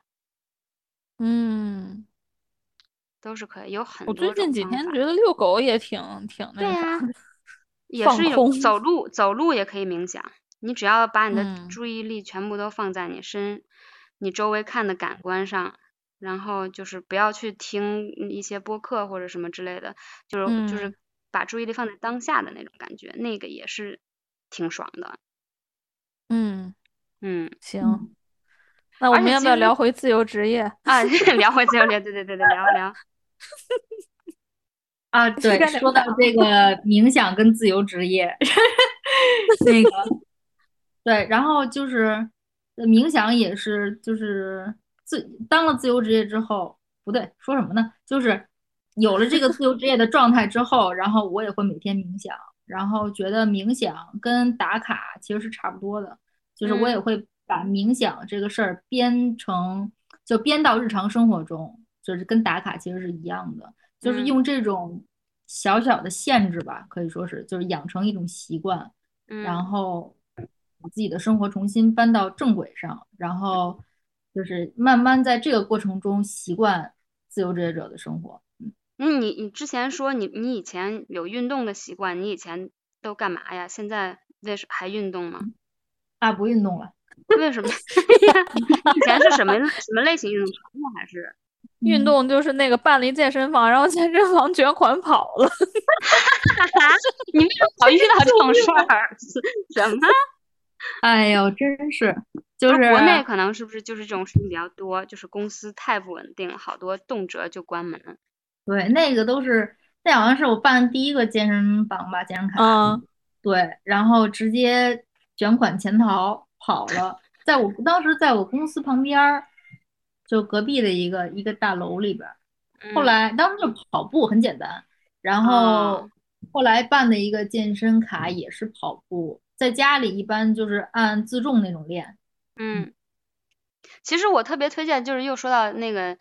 Speaker 5: 嗯，
Speaker 4: 都是可以，有很
Speaker 5: 我
Speaker 4: 多
Speaker 5: 最近
Speaker 4: 种
Speaker 5: 几
Speaker 4: 方
Speaker 5: 天
Speaker 4: 法
Speaker 5: 觉得遛狗也挺挺那
Speaker 4: 对
Speaker 5: 个啥
Speaker 4: 呀
Speaker 5: 的，
Speaker 4: 也
Speaker 5: 放
Speaker 4: 是一
Speaker 5: 空
Speaker 4: 种走路，走路也可以冥想。你只要把你的
Speaker 5: 嗯
Speaker 4: 注意力全部都放在你身、你周围看的感官上，然后就是不要去听嗯一些播客或者什么之类的，就是、就是
Speaker 5: 嗯
Speaker 4: 把注意力放在当下的那种感觉，那个也是挺爽的。
Speaker 5: 嗯，
Speaker 4: 嗯，
Speaker 5: 行，
Speaker 6: 嗯
Speaker 5: 那我
Speaker 4: 而
Speaker 5: 们
Speaker 4: 且
Speaker 5: 要
Speaker 4: 其
Speaker 5: 不要
Speaker 4: 实
Speaker 5: 聊回自由职业？
Speaker 4: 啊， 聊回自由恋，对对对对，聊 聊。
Speaker 6: 啊，对，
Speaker 5: 干点
Speaker 6: 说到
Speaker 5: 啥
Speaker 6: 这个冥想跟自由职业， 那个对，然后就是呃冥想也是，就是自当了自由职业之后，不对，说什么呢？就是有了这个自由职业的状态之后，然后我也会每天冥想，然后觉得冥想跟打卡其实是差不多的，就是我也
Speaker 4: 嗯
Speaker 6: 会把冥想这个事儿编成，就编到日常生活中，就是跟打卡其实是一样的，就是
Speaker 4: 嗯
Speaker 6: 用这种小小的限制吧，可以说是，就是养成一种习惯。然
Speaker 4: 嗯
Speaker 6: 后把自己的生活重新搬到正轨上，然后就是慢慢在这个过程中习惯自由职业者的生活。嗯
Speaker 4: 那嗯你你之前说你你以前有运动的习惯，你以前都干嘛呀？现在为什还运动吗？
Speaker 6: 啊，不运动了，
Speaker 4: 为什么？以前是 什么什么类型运动？跑步还 是？
Speaker 5: 运
Speaker 6: 嗯
Speaker 5: 动就是那个办了一健身房，然后健身房卷款跑了。
Speaker 4: 哈哈，你为什么老遇到这种事儿？ 什么？
Speaker 6: 哎呦，真是，就
Speaker 4: 不
Speaker 6: 是啊
Speaker 4: 国内可能是啊不是就是这种事情比较多？就是公司太不稳定，好多动辄就关门。
Speaker 6: 对那个都是，那好像是我办第一个健身房吧，健身卡，
Speaker 5: 嗯，
Speaker 6: 对，然后直接卷款潜逃跑了，在我当时在我公司旁边儿，就隔壁的一个一个大楼里边儿。后
Speaker 4: 嗯
Speaker 6: 来当时就跑步很简单，然后
Speaker 4: 哦
Speaker 6: 后来办的一个健身卡也是跑步，在家里一般就是按自重那种练。
Speaker 4: 嗯，其实我特别推荐，就是又说到那个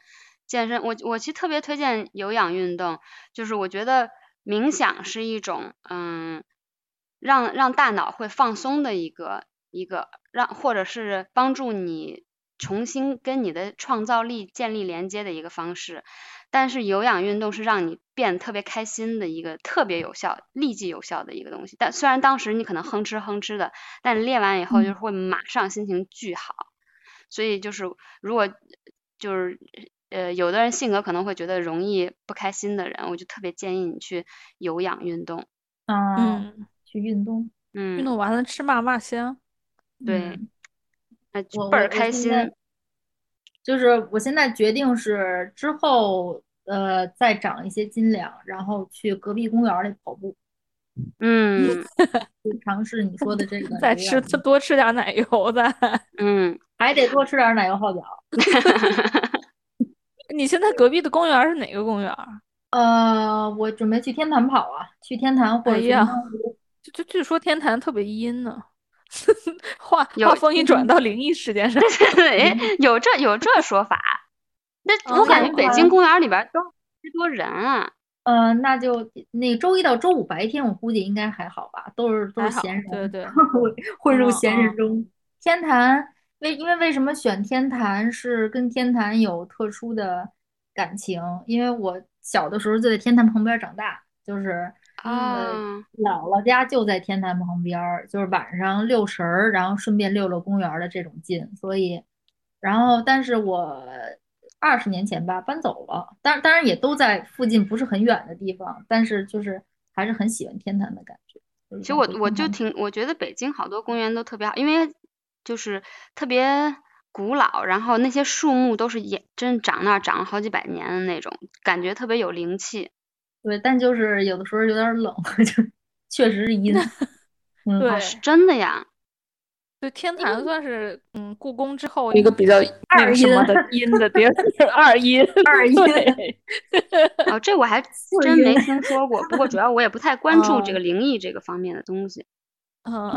Speaker 4: 健身，我我其实特别推荐有氧运动，就是我觉得冥想是一种嗯，让让大脑会放松的一个一个让或者是帮助你重新跟你的创造力建立连接的一个方式，但是有氧运动是让你变得特别开心的一个特别有效、立即有效的一个东西。但虽然当时你可能哼哧哼哧的，但练完以后
Speaker 6: 嗯
Speaker 4: 就是会马上心情巨好。所以就是如果就是呃，有的人性格可能会觉得容易不开心的人，我就特别建议你去有氧运动。
Speaker 6: 嗯，
Speaker 5: 嗯，
Speaker 6: 去运动。
Speaker 5: 运
Speaker 4: 嗯，
Speaker 5: 动完了吃嘛嘛香。
Speaker 4: 对
Speaker 6: 嗯，
Speaker 4: 那
Speaker 6: 我
Speaker 4: 就倍儿
Speaker 6: 我我
Speaker 4: 开
Speaker 6: 现
Speaker 4: 心。
Speaker 6: 在就是我现在决定是之后呃再长一些斤两，然后去隔壁公园儿里跑步，
Speaker 4: 嗯
Speaker 6: 就尝试你说的这 个
Speaker 5: 再
Speaker 6: 有
Speaker 5: 吃
Speaker 6: 氧
Speaker 5: 多
Speaker 6: 运动
Speaker 5: 多吃点奶油的。
Speaker 4: 嗯，
Speaker 6: 还得多吃点儿奶油泡脚。
Speaker 5: 你现在隔壁的公园是哪个公园？
Speaker 6: 呃，我准备去天坛跑啊，去天坛或
Speaker 5: 哎
Speaker 6: 者去
Speaker 5: 呀
Speaker 6: 猫湖
Speaker 5: 就就据说天坛特别阴呢。 话话
Speaker 4: 有
Speaker 5: 锋一转到灵异事件上，
Speaker 4: 哎，有这有这说法。那
Speaker 5: 哦
Speaker 4: 我感
Speaker 6: 嗯
Speaker 4: 觉
Speaker 6: 那我
Speaker 4: 北
Speaker 6: 看
Speaker 4: 京公园里边儿都十多人啊。
Speaker 6: 呃，那就那周一到周五白天，我估计应该还好吧，都是都
Speaker 5: 还
Speaker 6: 是
Speaker 5: 好，
Speaker 6: 闲人，
Speaker 5: 对对，
Speaker 6: 混混入
Speaker 5: 嗯
Speaker 6: 闲人
Speaker 5: 嗯
Speaker 6: 中。天坛为因为为什么选天坛是跟天坛有特殊的感情，因为我小的时候就在天坛旁边长大，就是嗯
Speaker 4: 啊，
Speaker 6: 姥姥家就在天坛旁边儿，就是晚上遛神儿，然后顺便溜溜公园儿的这种劲，所以，然后但是我二十年前吧搬走了，当当然也都在附近不是很远的地方，但是就是还是很喜欢天坛的感觉。
Speaker 4: 其
Speaker 5: 嗯
Speaker 4: 实我我就挺，我觉得北京好多公园都特别好，因为就是特别古老，然后那些树木都是也真长那儿长了好几百年的那种，感觉特别有灵气。
Speaker 6: 对，但就是有的时候有点儿冷， 就确实 是阴。嗯，
Speaker 5: 对
Speaker 4: 啊，是真的呀。
Speaker 5: 对，天坛算是嗯故宫之后一个比较那
Speaker 6: 二
Speaker 5: 个什么
Speaker 6: 阴
Speaker 5: 的 阴的地儿，二阴，
Speaker 6: 二阴
Speaker 5: 对，
Speaker 4: 哦，这我 还真没听说过。不过主要我也不太关注
Speaker 5: 哦
Speaker 4: 这个灵异这个方面的东西。
Speaker 5: 嗯，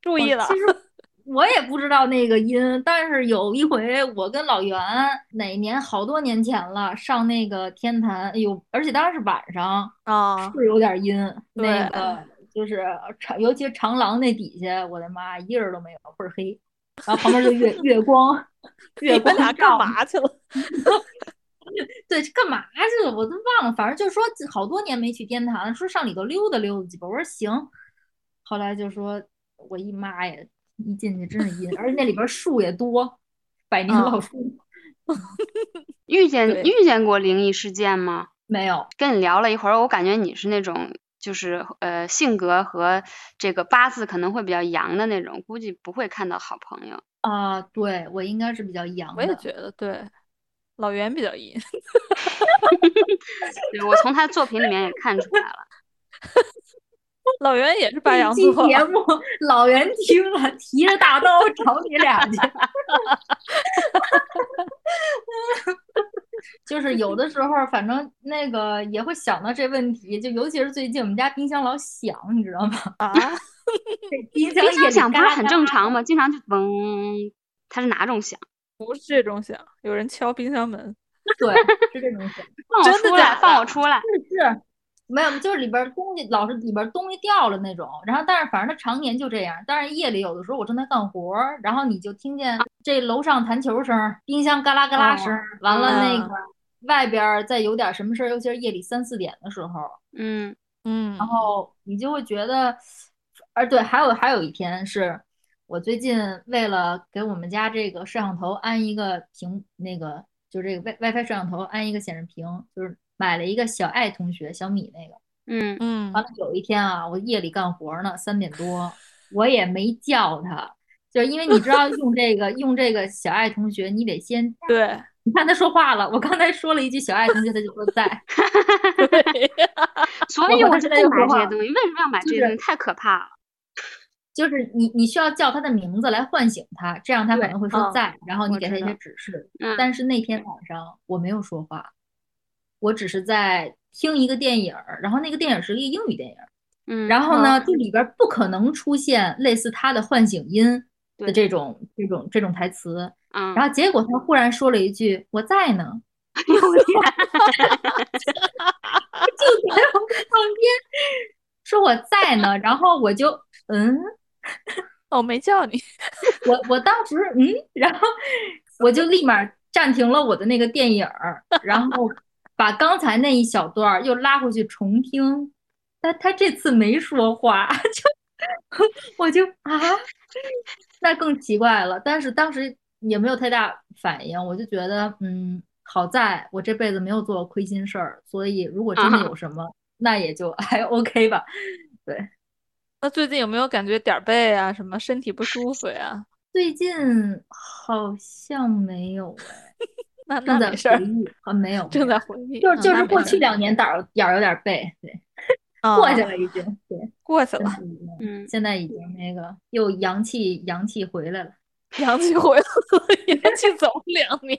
Speaker 5: 注
Speaker 6: 我
Speaker 5: 意了，
Speaker 6: 其实我也不知道那个音，但是有一回我跟老袁哪年好多年前了，上那个天坛，哎呦，而且当时是晚上，
Speaker 5: 啊，
Speaker 6: 是有点阴，那
Speaker 5: 对
Speaker 6: 个就是长，尤其长廊那底下，我的妈，一个人都没有，倍儿黑。然后旁边 就月月光，月
Speaker 5: 你
Speaker 6: 光
Speaker 5: 们俩
Speaker 6: 照
Speaker 5: 干嘛去了？
Speaker 6: 对，干嘛去了？我都忘了，反正就说好多年没去天坛了，说上里头溜达溜达去吧。我说行，后来就说我一妈呀，一进去真是阴，而且那里边树也多，百年
Speaker 5: 嗯
Speaker 6: 老树、
Speaker 4: 遇见
Speaker 5: 对
Speaker 4: 遇见过灵异事件吗？
Speaker 6: 没有。
Speaker 4: 跟你聊了一会儿，我感觉你是那种就是呃性格和这个八字可能会比较阳的那种，估计不会看到好朋友。
Speaker 6: 啊，对，我应该是比较阳
Speaker 5: 我也
Speaker 6: 的，
Speaker 5: 觉得对，老袁比较阴。
Speaker 4: 对我从他作品里面也看出来了，
Speaker 5: 老袁也是白
Speaker 6: 这
Speaker 5: 羊
Speaker 6: 期
Speaker 5: 座，
Speaker 6: 节目老袁听了，提着大刀找你 俩去。就是有的时候，反正那个也会想到这问题，就尤其是最近我们家冰箱老响，你知道吗？
Speaker 5: 啊，
Speaker 6: 这冰箱
Speaker 4: 冰箱
Speaker 6: 夜里
Speaker 4: 响不是
Speaker 6: 嘎
Speaker 4: 很
Speaker 6: 嘎
Speaker 4: 正常吗？经常就嗡，它是哪种响？
Speaker 5: 不是这种响，有人敲冰箱门。
Speaker 6: 对，是这种响。
Speaker 4: 放我
Speaker 5: 真的
Speaker 4: 出来，
Speaker 5: 假
Speaker 4: 放
Speaker 5: 的
Speaker 4: 我出来！
Speaker 6: 是，没有，就是里边儿东西老是里边儿东西掉了那种，然后但是反正它常年就这样，但是夜里有的时候我正在干活儿，然后你就听见这楼上弹球声儿，冰箱嘎啦嘎啦声儿，完了那
Speaker 5: 嗯
Speaker 6: 个外边儿再有点什么事儿，尤其是夜里三四点的时候，
Speaker 4: 嗯，
Speaker 5: 嗯，
Speaker 6: 然后你就会觉得，而对，还有还有一天是我最近为了给我们家这个摄像头安一个屏，那个就是这个 Wi WiFi 摄像头安一个显示屏，就是买了一个小爱同学小米那个。
Speaker 4: 嗯，
Speaker 5: 嗯
Speaker 6: 完了有一天啊，我夜里干活呢，三点多，我也没叫他，就是因为你知道用这个用这个小爱同学，你得先
Speaker 5: 对
Speaker 6: 你看他说话了，我刚才说了一句小爱同学，他就说在，
Speaker 5: 对，
Speaker 4: 所
Speaker 6: 我
Speaker 4: 以
Speaker 6: 和
Speaker 4: 我
Speaker 6: 他
Speaker 4: 就
Speaker 6: 现
Speaker 4: 不
Speaker 6: 在
Speaker 4: 买这
Speaker 6: 又说话
Speaker 4: 些
Speaker 6: 了
Speaker 4: 东西，为什么要买这
Speaker 6: 就
Speaker 4: 些
Speaker 6: 是
Speaker 4: 东西？太可怕了。
Speaker 6: 就是你你需要叫他的名字来唤醒他，这样他可
Speaker 5: 对
Speaker 6: 能会说
Speaker 5: 嗯
Speaker 6: 在，然后你
Speaker 4: 我
Speaker 6: 给
Speaker 4: 知
Speaker 6: 他一
Speaker 4: 道
Speaker 6: 些指示。
Speaker 4: 嗯，
Speaker 6: 但是那天晚上我没有说话，我只是在听一个电影儿，然后那个电影儿是一个英语电影儿，
Speaker 4: 嗯，
Speaker 6: 然后呢，
Speaker 5: 嗯
Speaker 6: 这里边儿不可能出现类似他的唤醒音的
Speaker 4: 对
Speaker 6: 这种这种这种台词。
Speaker 4: 嗯，
Speaker 6: 然后结果他忽然说了一句“我在呢”，
Speaker 4: 哎呦我的天，
Speaker 6: 就在我们旁边说我在呢，然后我就嗯，
Speaker 5: 我哦没叫你。
Speaker 6: 我我当时嗯，然后我就立马暂停了我的那个电影儿，然后把刚才那一小段儿又拉回去重听，但他这次没说话， 就我就啊，那更奇怪了。但是当时也没有太大反应，我就觉得嗯，好在我这辈子没有做过亏心事儿，所以如果真的有什么，那也就 还 OK 吧。对，
Speaker 5: 那最近有没有感觉点儿背啊，什么身体不舒服呀？
Speaker 6: 最近好像没有哎。
Speaker 5: 那
Speaker 6: 正
Speaker 5: 那
Speaker 6: 在
Speaker 5: 没事儿
Speaker 6: 回，忆啊，没有，
Speaker 5: 正
Speaker 6: 没有
Speaker 5: 在回忆。
Speaker 6: 就是
Speaker 5: 嗯
Speaker 6: 就
Speaker 5: 那
Speaker 6: 是
Speaker 5: 没
Speaker 6: 过
Speaker 5: 事
Speaker 6: 去
Speaker 5: 儿
Speaker 6: 两年胆儿眼儿有点背，对，
Speaker 5: 啊
Speaker 6: 过去了已经，对，
Speaker 5: 过去
Speaker 6: 真
Speaker 5: 了，
Speaker 6: 是一样
Speaker 4: 嗯，
Speaker 6: 现在已经那个又阳气阳气回来了。
Speaker 5: 阳气回来了， 阳气走了两年。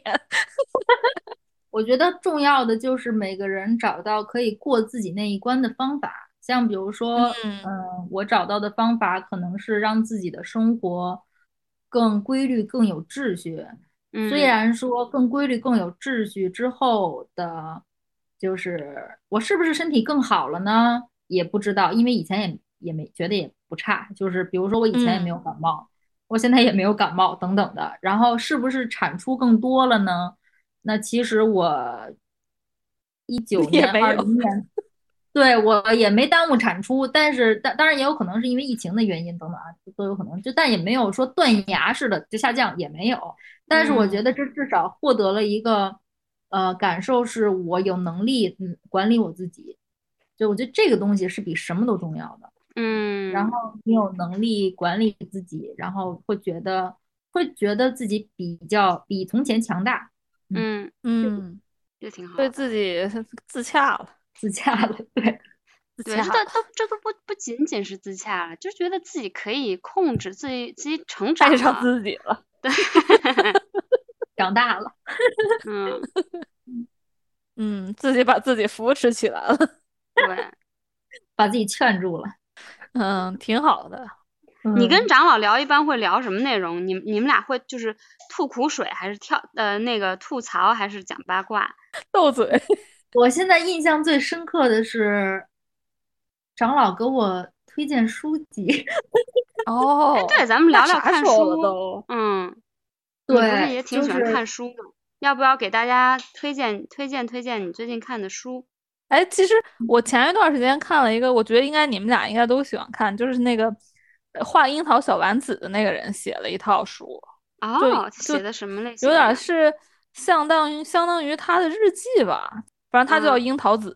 Speaker 6: 我觉得重要的就是每个人找到可以过自己那一关的方法，像比如说，
Speaker 5: 嗯
Speaker 6: 嗯，我找到的方法可能是让自己的生活更规律、更有秩序，虽
Speaker 4: 嗯
Speaker 6: 然说更规律、更有秩序之后的，就是我是不是身体更好了呢？也不知道，因为以前也也没觉得也不差，就是比如说我以前也没有
Speaker 5: 嗯
Speaker 6: 感冒，我现在也没有感冒等等的。然后是不是产出更多了呢？那其实我一九
Speaker 5: 也
Speaker 6: 年、
Speaker 5: 没
Speaker 6: 二
Speaker 5: 有
Speaker 6: 零年， 对我也没耽误产出，但是当当然也有可能是因为疫情的原因等等啊，都有可能，就但也没有说断崖式的就下降，也没有。但是我
Speaker 4: 嗯
Speaker 6: 觉得这至少获得了一个，呃，感受是我有能力嗯管理我自己，就我觉得这个东西是比什么都重要的。
Speaker 4: 嗯，
Speaker 6: 然后你有能力管理自己，然后会觉得会觉得自己比较比从前强大，
Speaker 4: 嗯，
Speaker 5: 嗯，
Speaker 4: 这挺好
Speaker 5: 对
Speaker 4: 的。
Speaker 5: 自己自洽了，
Speaker 6: 自洽了。对，
Speaker 5: 自
Speaker 4: 对，
Speaker 5: 洽
Speaker 4: 这
Speaker 5: 了
Speaker 4: 都都这都不不仅仅是自洽了，就觉得自己可以控制自己，自己成长
Speaker 5: 爱上
Speaker 4: 了
Speaker 5: 自己了。
Speaker 6: 长大了。
Speaker 4: 嗯，
Speaker 5: 嗯，自己把自己扶持起来了。
Speaker 4: 对，
Speaker 6: 把自己劝住了，
Speaker 5: 嗯，挺好的。
Speaker 4: 你跟长老聊一般会聊什么内容？你你们俩会就是吐苦水，还是跳呃那个吐槽，还是讲八卦？
Speaker 5: 斗嘴，
Speaker 6: 我现在印象最深刻的是长老给我推荐书籍，
Speaker 5: 哦
Speaker 4: 哎，，对，咱们
Speaker 5: 那
Speaker 4: 聊聊
Speaker 5: 啥
Speaker 4: 看
Speaker 5: 时候了
Speaker 4: 书。
Speaker 5: 都
Speaker 4: 嗯，你不是
Speaker 6: 对，
Speaker 4: 也
Speaker 6: 就
Speaker 4: 挺喜欢
Speaker 6: 是哦
Speaker 4: 看书的？要不要给大家推荐推荐推荐你最近看的书？
Speaker 5: 哎，其实
Speaker 4: 嗯
Speaker 5: 我前一段时间看了一个，我觉得应该你们俩应该都喜欢看，就是那个呃画樱桃小丸子的那个人写了一套书，
Speaker 4: 哦，
Speaker 5: 就
Speaker 4: 写的什么类型
Speaker 5: 有
Speaker 4: 的？
Speaker 5: 点儿是相当于相当于他的日记吧，反正他就叫
Speaker 4: 嗯
Speaker 5: 樱桃子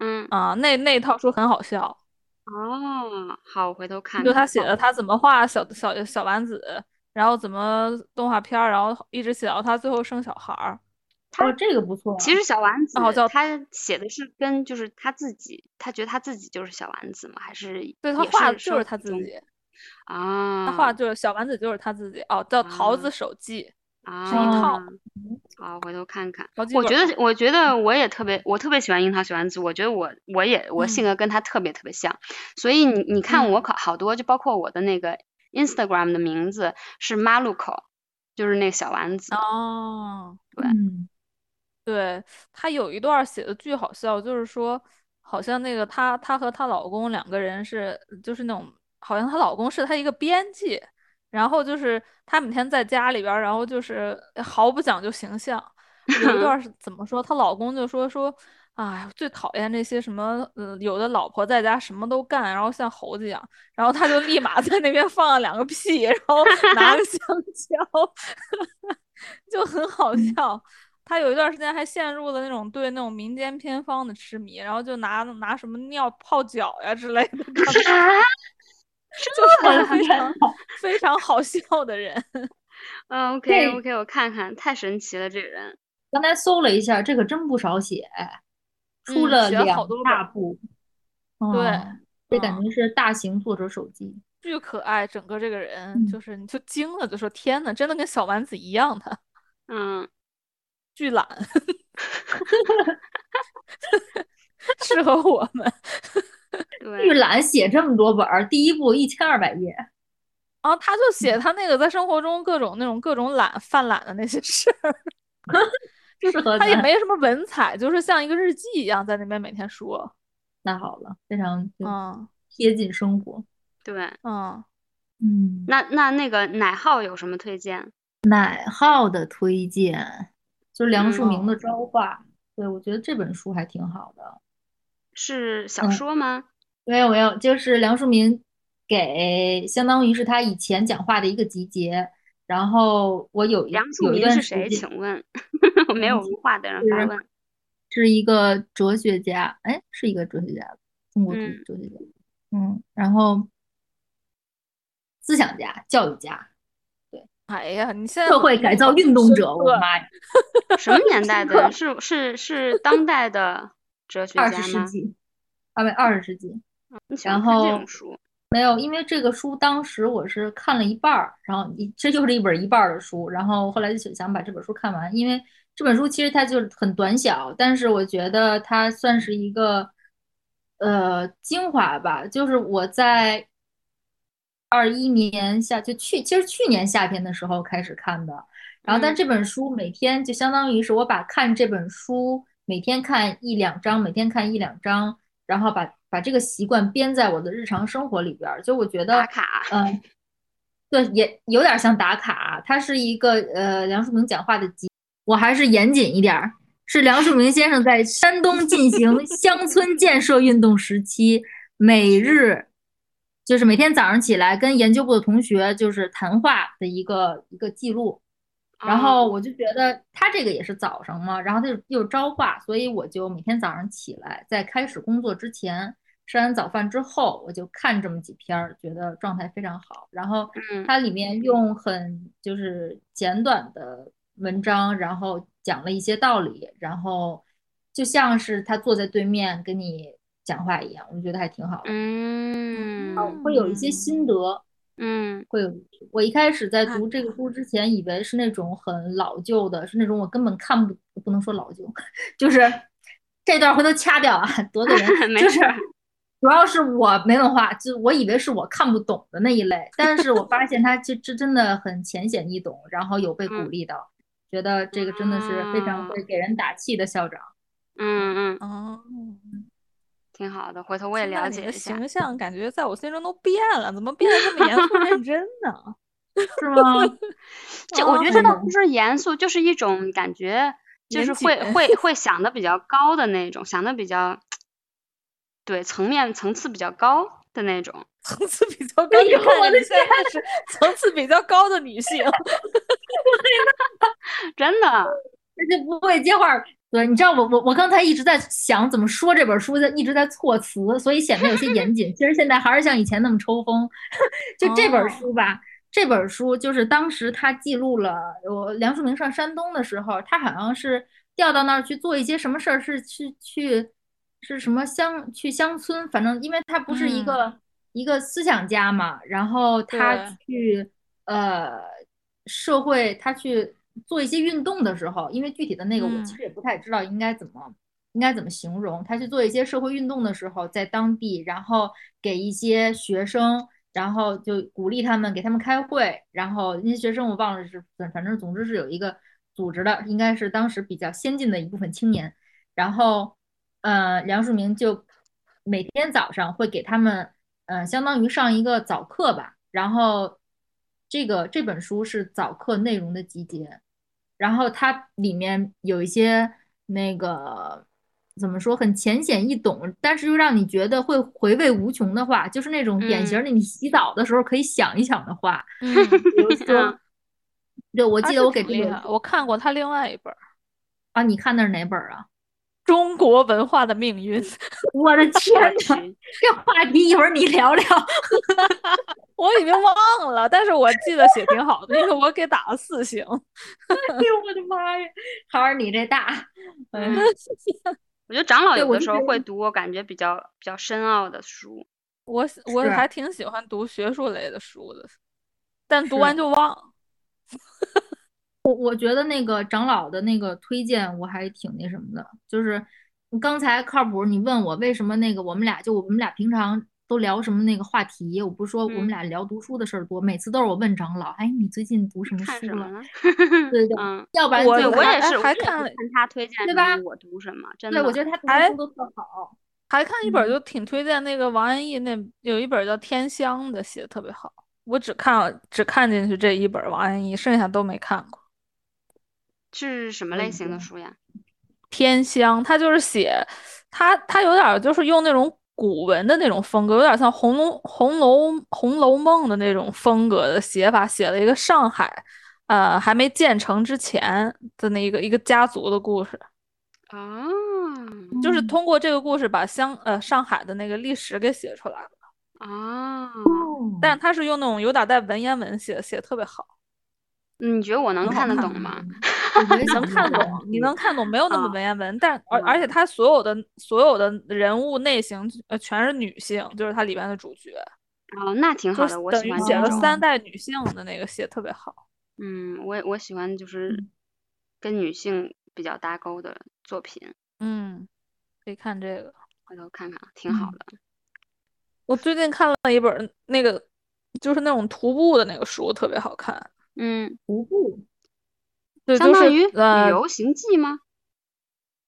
Speaker 4: 嗯
Speaker 5: 啊，那那套书很好笑，
Speaker 4: 哦，好，我回头看
Speaker 5: 就
Speaker 4: 看。哦
Speaker 5: 他写的他怎么画小小小丸子，然后怎么动画片儿，然后一直写到他最后生小孩儿。
Speaker 6: 哦，这个不错，
Speaker 4: 其实小丸子
Speaker 5: 哦叫
Speaker 4: 他写的是跟就是他自己，他觉得他自己就是小丸子嘛，还是
Speaker 5: 对，他
Speaker 4: 也
Speaker 5: 画的就
Speaker 4: 生
Speaker 5: 是他
Speaker 4: 活
Speaker 5: 自
Speaker 4: 中
Speaker 5: 己，
Speaker 4: 啊？
Speaker 5: 他画的就是小丸子就是他自己。哦，叫《桃子
Speaker 4: 啊
Speaker 5: 手记》，
Speaker 4: 啊，
Speaker 5: 是一套
Speaker 4: 嗯好，回头看看。
Speaker 5: 好几
Speaker 4: 我
Speaker 5: 本
Speaker 4: 觉
Speaker 5: 儿
Speaker 4: 得，我觉得我也特别，我特别喜欢樱桃小丸子。我觉得我，我也，我
Speaker 6: 嗯
Speaker 4: 性格跟他特别特别像。所以你，你看我考好多，就包括我的那个 Instagram 的名字是马路口，就是那个小丸子。
Speaker 5: 哦，
Speaker 4: 对
Speaker 6: 嗯，
Speaker 5: 对，他有一段儿写的巨好笑，就是说，好像那个她她和她老公两个人是，就是那种好像她老公是她一个编辑，然后就是她每天在家里边儿，然后就是呃毫不讲究形象。有一段儿是怎么说，她老公就说说，哎，我最讨厌这些什么，呃，有的老婆在家什么都干，然后像猴子一样，然后她就立马在那边放了两个屁，然后拿个香蕉， 就很好笑。他有一段时间还陷入了那种对那种民间偏方的痴迷，然后就拿拿什么尿泡脚呀之类的，
Speaker 4: 啊，
Speaker 5: 就是非
Speaker 6: 非常
Speaker 5: 常 非常好笑的人。
Speaker 4: 嗯
Speaker 6: 对
Speaker 4: ，OK，OK，我看看，太神奇了，这个人。
Speaker 6: 刚才搜了一下，这个真不少写，出
Speaker 5: 嗯
Speaker 6: 了
Speaker 5: 写了
Speaker 6: 两
Speaker 5: 好多本
Speaker 6: 大部，
Speaker 5: 对
Speaker 6: 哦，这感
Speaker 5: 嗯
Speaker 6: 觉是大型作者手记。
Speaker 5: 巨可爱，整个这个人
Speaker 6: 嗯
Speaker 5: 就是你就惊了，就说天呐，真的跟小丸子一样，他
Speaker 4: 嗯，
Speaker 5: 巨懒， 适合我们
Speaker 6: 玉
Speaker 4: 对，
Speaker 6: 兰写这么多本儿，第一部一千二百 页，
Speaker 5: 然后他就写他那个在生活中各种那种各种懒犯懒的那些事儿，
Speaker 6: 适合
Speaker 5: 他也
Speaker 6: 咱
Speaker 5: 没什么文采，就是像一个日记一样在那边每天说，
Speaker 6: 那好了，非常就
Speaker 5: 嗯
Speaker 6: 贴近生活。
Speaker 4: 对。
Speaker 5: 嗯。
Speaker 6: 嗯，
Speaker 4: 那那那个奶号有什么推荐？
Speaker 6: 奶浩的推荐就是梁漱溟
Speaker 5: 嗯
Speaker 6: 的《朝画》，对，我觉得这本书还挺好的。
Speaker 4: 是小
Speaker 6: 嗯
Speaker 4: 说吗？
Speaker 6: 没有没有，就是梁漱溟给，相当于是他以前讲话的一个集结。然后我有一
Speaker 4: 梁
Speaker 6: 有
Speaker 4: 漱
Speaker 6: 一
Speaker 4: 溟
Speaker 6: 段
Speaker 4: 是
Speaker 6: 时
Speaker 4: 谁？
Speaker 6: 间
Speaker 4: 请问， 我没有
Speaker 6: 嗯
Speaker 4: 文化的人
Speaker 6: 就
Speaker 4: 发
Speaker 6: 是
Speaker 4: 问。
Speaker 6: 是一个哲学家，哎，是一个哲学家吧，中国哲
Speaker 4: 嗯
Speaker 6: 哲学家，嗯，然后思想家、教育家、
Speaker 5: 哎呀，你现在
Speaker 6: 社
Speaker 5: 怎么
Speaker 6: 会
Speaker 5: 这
Speaker 6: 改
Speaker 5: 么
Speaker 6: 造
Speaker 5: 好
Speaker 6: 运动
Speaker 5: 深
Speaker 6: 者，我
Speaker 5: 刻啊
Speaker 6: 妈呀，
Speaker 4: 什么 年代的？是是是当代的哲学
Speaker 6: 二
Speaker 4: 家
Speaker 6: 十世
Speaker 4: 吗？
Speaker 6: 纪，啊，不，二十世纪，
Speaker 4: 你喜欢
Speaker 6: 然
Speaker 4: 看这
Speaker 6: 后
Speaker 4: 种书？
Speaker 6: 没有，因为这个书当时我是看了一半儿，然后一这就是一本一半儿的书，然后后来就想把这本书看完，因为这本书其实它就是很短小，但是我觉得它算是一个呃精华吧，就是我在二一年夏就去，其实去年夏天的时候开始看的，然后
Speaker 4: 嗯
Speaker 6: 但这本书每天就相当于是我把看这本书每天看一两章，每天看一两章。然后把把这个习惯编在我的日常生活里边儿。就我觉
Speaker 4: 打
Speaker 6: 得，
Speaker 4: 卡。
Speaker 6: 嗯，对，也有点像打卡，啊它是一个呃梁漱溟讲话的集。我还是严谨一点儿，是梁漱溟先生在山东进 行乡村建设运动时期，每日就是每天早上起来跟研究部的同学就是谈话的一个一个记录。然
Speaker 4: 哦
Speaker 6: 后我就觉得他这个也是早上嘛，然后他就又朝化，所以我就每天早上起来，在开始工作之前，吃完早饭之后，我就看这么几篇儿，觉得状态非常好。然后
Speaker 4: 嗯
Speaker 6: 它里面用很就是简短的文章，然后讲了一些道理，然后就像是他坐在对面跟你讲话一样，我觉得还挺好的，
Speaker 4: 嗯
Speaker 6: 会有一些心得。
Speaker 4: 嗯
Speaker 6: 会有。我一开始在
Speaker 5: 啊
Speaker 6: 读这个书之前，以为是那种很老旧的，是那种我根本看不， 不能说老旧，就是这段回头掐掉啊，得罪人。
Speaker 4: 没
Speaker 6: 就
Speaker 4: 事
Speaker 6: 是
Speaker 4: 儿
Speaker 6: 主要是我没文化，就我以为是我看不懂的那一类，但是我发现他这这真的很浅显易懂，然后有被鼓
Speaker 4: 嗯啊
Speaker 6: 励到，觉得这个真的是非常会给人打气的校长。
Speaker 4: 嗯嗯，
Speaker 5: 哦，
Speaker 4: 挺好的，回头我也
Speaker 5: 听到
Speaker 4: 了
Speaker 5: 你
Speaker 4: 解
Speaker 5: 的
Speaker 4: 一下。
Speaker 5: 形象感觉在我心中都变了，怎么变得这么严肃 认真呢？
Speaker 6: 是 吗？
Speaker 4: 这我觉得
Speaker 6: 哦
Speaker 4: 这倒不是严肃，就是一种感觉，就
Speaker 5: 严
Speaker 4: 是会
Speaker 5: 谨
Speaker 4: 会会想的比较高的那种，想的比较，对，层面层次比较高的那种。
Speaker 5: 层次比较高，你
Speaker 6: 哎呦
Speaker 5: 看
Speaker 6: 我
Speaker 5: 着
Speaker 6: 的
Speaker 5: 你现在是层次比较高的女性，
Speaker 4: 真的，
Speaker 6: 那就不会接话儿。对，你知道我我我刚才一直在想怎么说这本书，在一直在措辞，所以显得有些严谨。其实现在还是像以前那么抽风。 就这本
Speaker 5: 哦
Speaker 6: 书吧，这本书就是当时他记录了我梁漱溟上山东的时候，他好像是调到那儿去做一些什么事儿，是去去是什么乡去乡村，反正因为他不是一个、一个思想家嘛，然后他去呃社会，他去做一些运动的时候，因为具体的那个我
Speaker 5: 嗯
Speaker 6: 其实也不太知道应该怎么应该怎么形容，他去做一些社会运动的时候，在当地，然后给一些学生。然后就鼓励他们，给他们开会，然后那些学生我忘了是，反反正总之是有一个组织的，应该是当时比较先进的一部分青年。然后，呃，梁漱溟就每天早上会给他们，呃，相当于上一个早课吧。然后，这个这本书是早课内容的集结，然后它里面有一些那个怎么说，很浅显易懂，但是又让你觉得会回味无穷的话，就是那种典型
Speaker 4: 嗯
Speaker 6: 的你洗澡的时候可以想一想的 话。
Speaker 5: 嗯，
Speaker 6: 比如说，对，我
Speaker 5: 我
Speaker 6: 记得我给啊这
Speaker 5: 厉
Speaker 6: 个
Speaker 5: 害，我看过他另外一本儿《
Speaker 6: 啊，你看的是哪本儿啊？
Speaker 5: 中国文化的命运》，
Speaker 6: 我的 天
Speaker 4: 我
Speaker 6: 哪！
Speaker 4: 去，
Speaker 6: 这话题一会 儿你聊 哎聊。
Speaker 5: 我已经忘了，但是我记得写挺好的，因为我给打了四星。
Speaker 6: 哎呦我的妈呀！还是你 这
Speaker 4: 哎
Speaker 6: 大，嗯，
Speaker 4: 我觉得长老
Speaker 6: 对
Speaker 4: 有
Speaker 6: 我
Speaker 4: 的
Speaker 6: 就
Speaker 4: 时候
Speaker 6: 觉得
Speaker 4: 会读我感觉比较比较深奥的书。
Speaker 5: 我喜我
Speaker 6: 是啊
Speaker 5: 还挺喜欢读学术类的书的，但读
Speaker 6: 是
Speaker 5: 完就忘。
Speaker 6: 我我觉得那个长老的那个推荐我还挺那什么的，就是刚才靠谱你问我为什么那个我们俩就我们俩平常都聊什么那个话题，我不是说我们
Speaker 4: 嗯
Speaker 6: 俩聊读书的事儿多，每次都是我问长老，哎，你最近读什么
Speaker 4: 看
Speaker 6: 书
Speaker 4: 什么
Speaker 6: 了？
Speaker 4: 呢？
Speaker 6: 对对，
Speaker 4: 嗯，
Speaker 6: 要不然
Speaker 5: 我
Speaker 4: 对
Speaker 6: 就
Speaker 4: 我
Speaker 5: 还
Speaker 4: 也是，我
Speaker 5: 还
Speaker 4: 也是
Speaker 5: 看了
Speaker 4: 看他推荐
Speaker 6: 对
Speaker 4: 什么
Speaker 6: 吧
Speaker 4: 我读什么，真
Speaker 6: 对
Speaker 4: 的。
Speaker 6: 我觉得他读
Speaker 5: 哎
Speaker 6: 的书都特好，
Speaker 5: 还看一本儿
Speaker 6: 嗯
Speaker 5: 就挺推荐那个王安忆那有一本儿叫《天香》的，写的特别好。我只看了只看进去这一本儿王安忆，剩下都没看过。
Speaker 4: 是
Speaker 5: 嗯
Speaker 4: 什么
Speaker 6: 我
Speaker 4: 类
Speaker 6: 已
Speaker 4: 型的
Speaker 6: 经
Speaker 4: 书呀？
Speaker 5: 天香，它就是写，它它有点儿就是用那种古文的那种风格，有点儿像红楼红楼红楼梦的那种风格的写法，写了一个上海，呃，还没建成之前的那一个一个家族的故事，
Speaker 4: 啊，
Speaker 5: 就是
Speaker 6: 嗯
Speaker 5: 通过这个故事把香呃上海的那个历史给写出来了，
Speaker 4: 啊，
Speaker 6: 哦
Speaker 5: 但它是用那种有点儿带文言文写，写得特别好，
Speaker 4: 嗯你觉得我能
Speaker 5: 嗯
Speaker 6: 很好
Speaker 4: 看得
Speaker 6: 看
Speaker 4: 懂
Speaker 6: 的
Speaker 4: 吗？？
Speaker 6: 我也
Speaker 5: 你能
Speaker 6: 想
Speaker 5: 看懂
Speaker 6: 这本书，
Speaker 5: 你能看懂，没有那么
Speaker 4: 啊
Speaker 5: 文言文，但而而且它所有的所有的人物类型呃全是女性，就是它里边的主角。
Speaker 4: 哦，那挺
Speaker 5: 就
Speaker 4: 好
Speaker 5: 是
Speaker 4: 的，我
Speaker 5: 等
Speaker 4: 喜
Speaker 5: 于
Speaker 4: 欢
Speaker 5: 写
Speaker 4: 这
Speaker 5: 了
Speaker 4: 种。
Speaker 5: 三代女性的那个写特别好。
Speaker 4: 嗯，我也我喜欢就是
Speaker 5: 嗯
Speaker 4: 跟女性比较搭钩的作品，
Speaker 5: 嗯，可以看这个。
Speaker 4: 回头看看，挺好的。
Speaker 6: 嗯
Speaker 5: 我最近看了一本儿那个，就是那种徒步的那个书，特别好看。
Speaker 4: 嗯，
Speaker 6: 徒步
Speaker 5: 对，
Speaker 4: 相
Speaker 5: 就
Speaker 4: 当
Speaker 5: 是
Speaker 4: 于旅
Speaker 5: 呃，
Speaker 4: 游行记吗？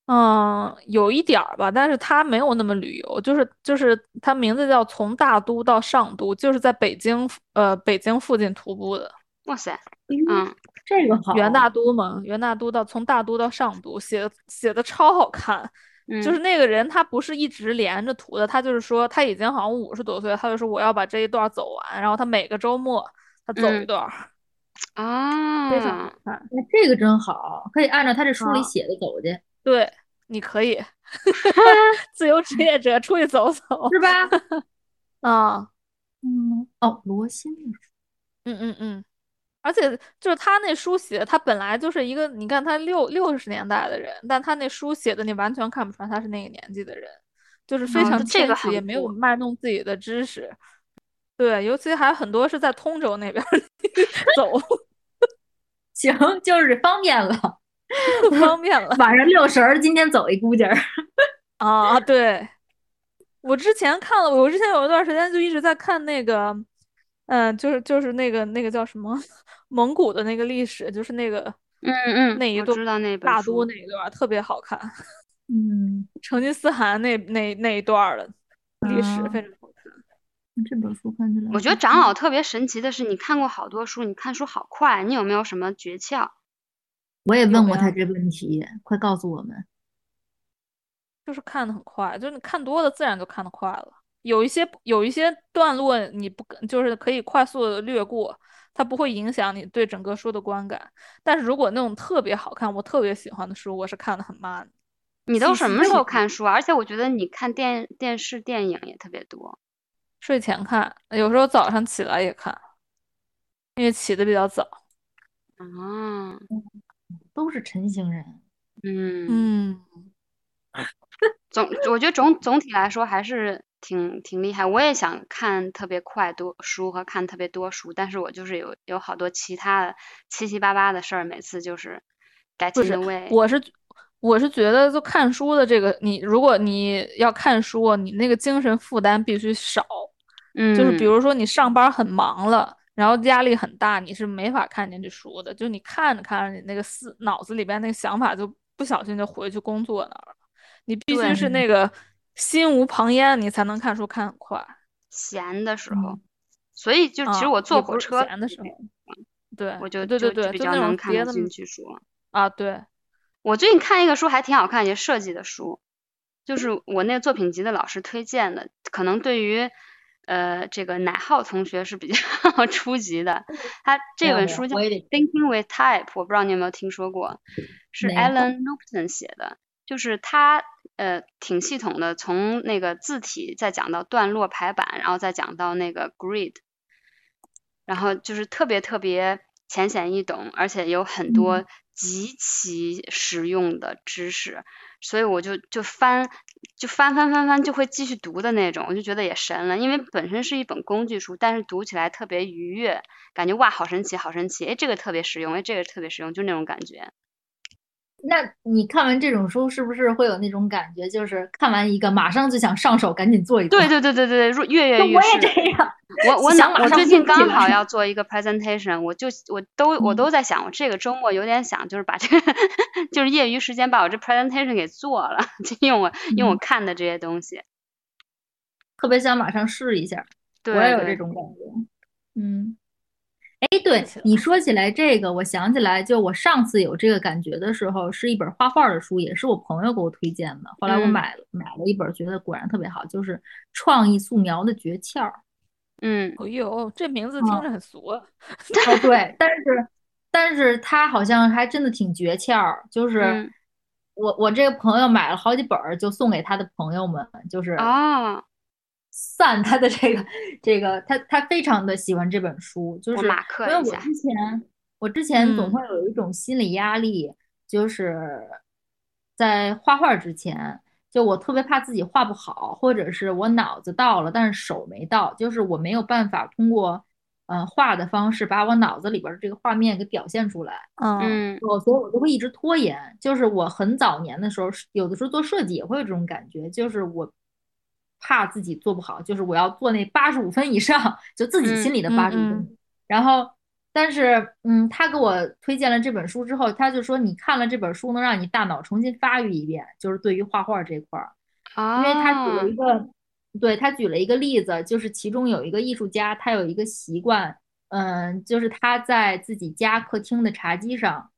Speaker 5: 嗯，有一点儿吧，但是它没有那么旅游，就是就是它名字叫《从大都到上都》，就是在北京呃北京附近徒步的。
Speaker 4: 哇塞，
Speaker 6: 嗯，
Speaker 4: 嗯，
Speaker 6: 这个好，
Speaker 5: 元大都嘛，元大都到从大都到上都，写的写的超好看。
Speaker 4: 嗯，
Speaker 5: 就是那个人他不是一直连着涂的，他就是说他已经好像五十多岁了，他就说我要把这一段儿走完，然后他每个周末他走一
Speaker 4: 嗯
Speaker 5: 段儿，非常
Speaker 4: 啊
Speaker 5: 好，看。
Speaker 6: 那哎这个真好，可以按照他这书里
Speaker 5: 啊
Speaker 6: 写的走去，
Speaker 5: 对，你可以 自由职业者出去走走
Speaker 6: 是 吧？
Speaker 5: 啊，
Speaker 6: 嗯，哦，罗新那书，
Speaker 5: 嗯嗯嗯。而且就是他那书写，他本来就是一个，你看他六六十年代的人，但他那书写的你完全看不出来他是那个年纪的人，就是非
Speaker 4: 哦
Speaker 5: 常
Speaker 4: 这这
Speaker 5: 谦
Speaker 4: 个
Speaker 5: 虚，
Speaker 4: 很
Speaker 5: 也没有
Speaker 4: 酷
Speaker 5: 卖弄自己的知识。对，尤其还有很多是在通州那边儿 走，
Speaker 6: 行，就是方便了。
Speaker 5: 不方便了
Speaker 6: 晚上六十儿，今天走一估计儿。
Speaker 5: 啊啊。对，我之前看了，我之前有一段时间就一直在看那个，嗯、就是就是那个那个叫什么 蒙古的那个历史，就是那个
Speaker 4: 嗯嗯，
Speaker 5: 那一
Speaker 4: 我
Speaker 5: 段
Speaker 4: 知道那本
Speaker 5: 大
Speaker 4: 书
Speaker 5: 都那一段儿特别好看，
Speaker 6: 嗯，
Speaker 5: 成吉思汗那那那一段儿的历史
Speaker 6: 啊
Speaker 5: 非常好看。
Speaker 6: 这本书看起来
Speaker 4: 我
Speaker 5: 嗯
Speaker 4: 觉得长老特别神奇的是，你看过好多书，你看书好快，你有没有什么诀窍？
Speaker 6: 我也
Speaker 5: 有
Speaker 6: 问过
Speaker 5: 呀
Speaker 6: 他这问题，快告诉我们。
Speaker 5: 就是看的很快，就是你看多了，自然就看得快了。有一些有一些段落你不跟就是可以快速的略过，它不会影响你对整个书的观感。但是如果那种特别好看，我特别喜欢的书，我是看的很慢的。
Speaker 4: 你都
Speaker 5: 信
Speaker 4: 什
Speaker 5: 息
Speaker 4: 么时
Speaker 5: 量
Speaker 4: 候看书啊？而且我觉得你看电电视、电影也特别多。
Speaker 5: 睡前看，有时候早上起来也看，因为起的比较早。哦
Speaker 4: 啊，
Speaker 6: 都是晨星人，
Speaker 4: 嗯，
Speaker 5: 嗯，
Speaker 4: 总我觉得总总体来说还是挺挺厉害。我也想看特别快多书和看特别多书，但是我就是有有好多其他的七七八八的事儿，每次就是 get
Speaker 5: 不
Speaker 4: in
Speaker 5: 是
Speaker 4: the way。
Speaker 5: 我是我是觉得，就看书的这个，你如果你要看书，你那个精神负担必须少。就是比
Speaker 4: 嗯
Speaker 5: 如说你上班很忙了，然后压力很大，你是没法看进去书的。就你看着看着，你那个思脑子里边那个想法就不小心就回去工作那儿了。你必须
Speaker 4: 对
Speaker 5: 是那个心无旁焉，你才能看书看很快。
Speaker 4: 闲的时
Speaker 6: 嗯
Speaker 4: 候，所以就其实
Speaker 5: 啊
Speaker 4: 我
Speaker 5: 也
Speaker 4: 坐
Speaker 5: 不
Speaker 4: 火
Speaker 5: 是
Speaker 4: 车
Speaker 5: 闲的时
Speaker 4: 也
Speaker 5: 候对，
Speaker 4: 我就
Speaker 5: 对
Speaker 4: 就
Speaker 5: 对
Speaker 4: 就
Speaker 5: 对，
Speaker 4: 比
Speaker 5: 就
Speaker 4: 较
Speaker 5: 那
Speaker 4: 能
Speaker 5: 种
Speaker 4: 看
Speaker 5: 别
Speaker 4: 得
Speaker 5: 的
Speaker 4: 进去书。
Speaker 5: 啊，对，
Speaker 4: 我最近看一个书还挺好看，也是设计的书，就是我那个作品集的老师推荐的，可能对于呃这个乃浩同学是比较 初级的。他
Speaker 6: 没
Speaker 4: 这
Speaker 6: 有
Speaker 4: 本
Speaker 6: 没有
Speaker 4: 书叫
Speaker 6: 我也得
Speaker 4: 《Thinking with Type》，我不知道你有没有听说过，是
Speaker 6: 没有
Speaker 4: Alan Nupton 写的，就是他呃挺系统的，从那个字体再讲到段落排版，然后再讲到那个 grid，然后就是特别特别浅显易懂，而且有很
Speaker 6: 嗯
Speaker 4: 多极其实用的知识，所以我就就翻就翻翻翻翻就会继续读的那种，我就觉得也神了，因为本身是一本工具书，但是读起来特别愉悦，感觉哇好神奇好神奇，哎这个特别实用，哎这个特别实用，就那种感觉。
Speaker 6: 那你看完这种书，是不是会有那种感觉，就是看完一个马上就想上手，赶紧做一做？
Speaker 4: 对对对对对，如跃 跃
Speaker 6: 那
Speaker 4: 欲
Speaker 6: 我
Speaker 4: 试。
Speaker 6: 也这样，
Speaker 4: 我我
Speaker 6: 想
Speaker 4: 脑
Speaker 6: 马
Speaker 4: 我
Speaker 6: 上
Speaker 4: 最近
Speaker 6: 记起
Speaker 4: 刚
Speaker 6: 来
Speaker 4: 好 要做一个 presentation，我就我都
Speaker 6: 嗯
Speaker 4: 我都在想，我这个周末有点想就是把这个 就是业余时间把我这 presentation 给做了， 就用我用我
Speaker 6: 嗯
Speaker 4: 看的这些东西。
Speaker 6: 特别想马上试一下。
Speaker 4: 对，
Speaker 6: 我也有这
Speaker 4: 对
Speaker 6: 种感觉。嗯，哎，对，你说起来这个，我想起来，就我上次有这个感觉的时候，是一本画画的书，也是我朋友给我推荐的。后来我
Speaker 4: 嗯
Speaker 6: 买了买了一本，觉得果然特别好，就是《创意素描的诀 窍》。
Speaker 4: 嗯
Speaker 5: 哎呦，这名字听
Speaker 6: 嗯
Speaker 5: 着很俗啊。
Speaker 6: 哦，对，但是但是他好像还真的挺诀窍儿，就是
Speaker 4: 嗯
Speaker 6: 我我这个朋友买了好几本儿，就送给他的朋友们，就是
Speaker 4: 哦，
Speaker 6: 散他的这个这个，他他非常的喜欢这本书，就
Speaker 4: 我
Speaker 6: 是
Speaker 4: 马克
Speaker 6: 因为
Speaker 4: 一
Speaker 6: 我
Speaker 4: 下
Speaker 6: 之前我之前总
Speaker 5: 嗯
Speaker 6: 会有一种心理压力，就是在画画之前，就我特别怕自己画不好，或者是我脑子到了，但是手没到，就是我没有办法通过呃画的方式把我脑子里边儿这个画面给表现出来。
Speaker 5: 嗯，
Speaker 4: 嗯
Speaker 6: 我哦所以，我就会一直拖延。就是我很早年的时候，是有的时候做设计也会有这种感觉，就是我怕自己做不好，就是我要做那八十五分以上， 就自己心里的
Speaker 5: 嗯
Speaker 6: 八十五分。
Speaker 5: 嗯
Speaker 6: 然后，但是，嗯，他给我推荐了这本书之后，他就说你看了这本书，能让你大脑重新发育一遍，就是对于画画这块儿。因为他举了一
Speaker 4: 哦，
Speaker 6: 个，对，他举了一个例子，就是其中有一个艺术家，他有一个习惯，嗯，就是他在自己家客厅的茶几上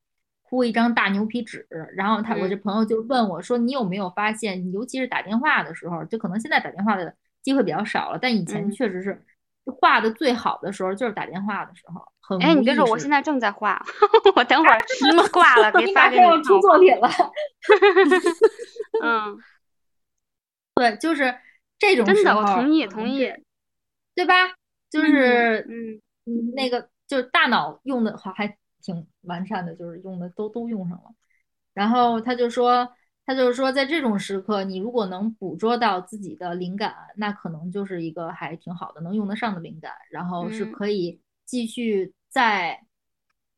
Speaker 6: 铺一张大牛皮纸，然后他我
Speaker 4: 嗯
Speaker 6: 这朋友就问我说，你有没有发现，尤其是打电话的时候，就可能现在打电话的机会比较少了，但以前
Speaker 4: 嗯
Speaker 6: 确实是画的最好的时候就是打电话的时候，很
Speaker 4: 哎，
Speaker 6: 无
Speaker 4: 你别
Speaker 6: 意
Speaker 4: 说，我
Speaker 6: 识
Speaker 4: 现在正在 画，我等会儿挂了给
Speaker 6: 你
Speaker 4: 发
Speaker 6: 马
Speaker 4: 给
Speaker 6: 上
Speaker 4: 你啊
Speaker 6: 要
Speaker 4: 看
Speaker 6: 出
Speaker 4: 我
Speaker 6: 作品了。
Speaker 4: 嗯，
Speaker 6: 对，就是这种
Speaker 4: 真
Speaker 6: 时
Speaker 4: 的，我
Speaker 6: 候
Speaker 4: 同意
Speaker 6: 可
Speaker 4: 同
Speaker 6: 能
Speaker 4: 意
Speaker 6: 是，对吧？就
Speaker 4: 嗯
Speaker 6: 是
Speaker 4: 嗯
Speaker 6: 嗯，那个就是大脑用的还还挺完善的，就是用的都都用上了。然后他就说，他就是说，在这种时刻，你如果能捕捉到自己的灵感，那可能就是一个还挺好的，能用得上的灵感，然后是
Speaker 4: 嗯
Speaker 6: 可以继续在，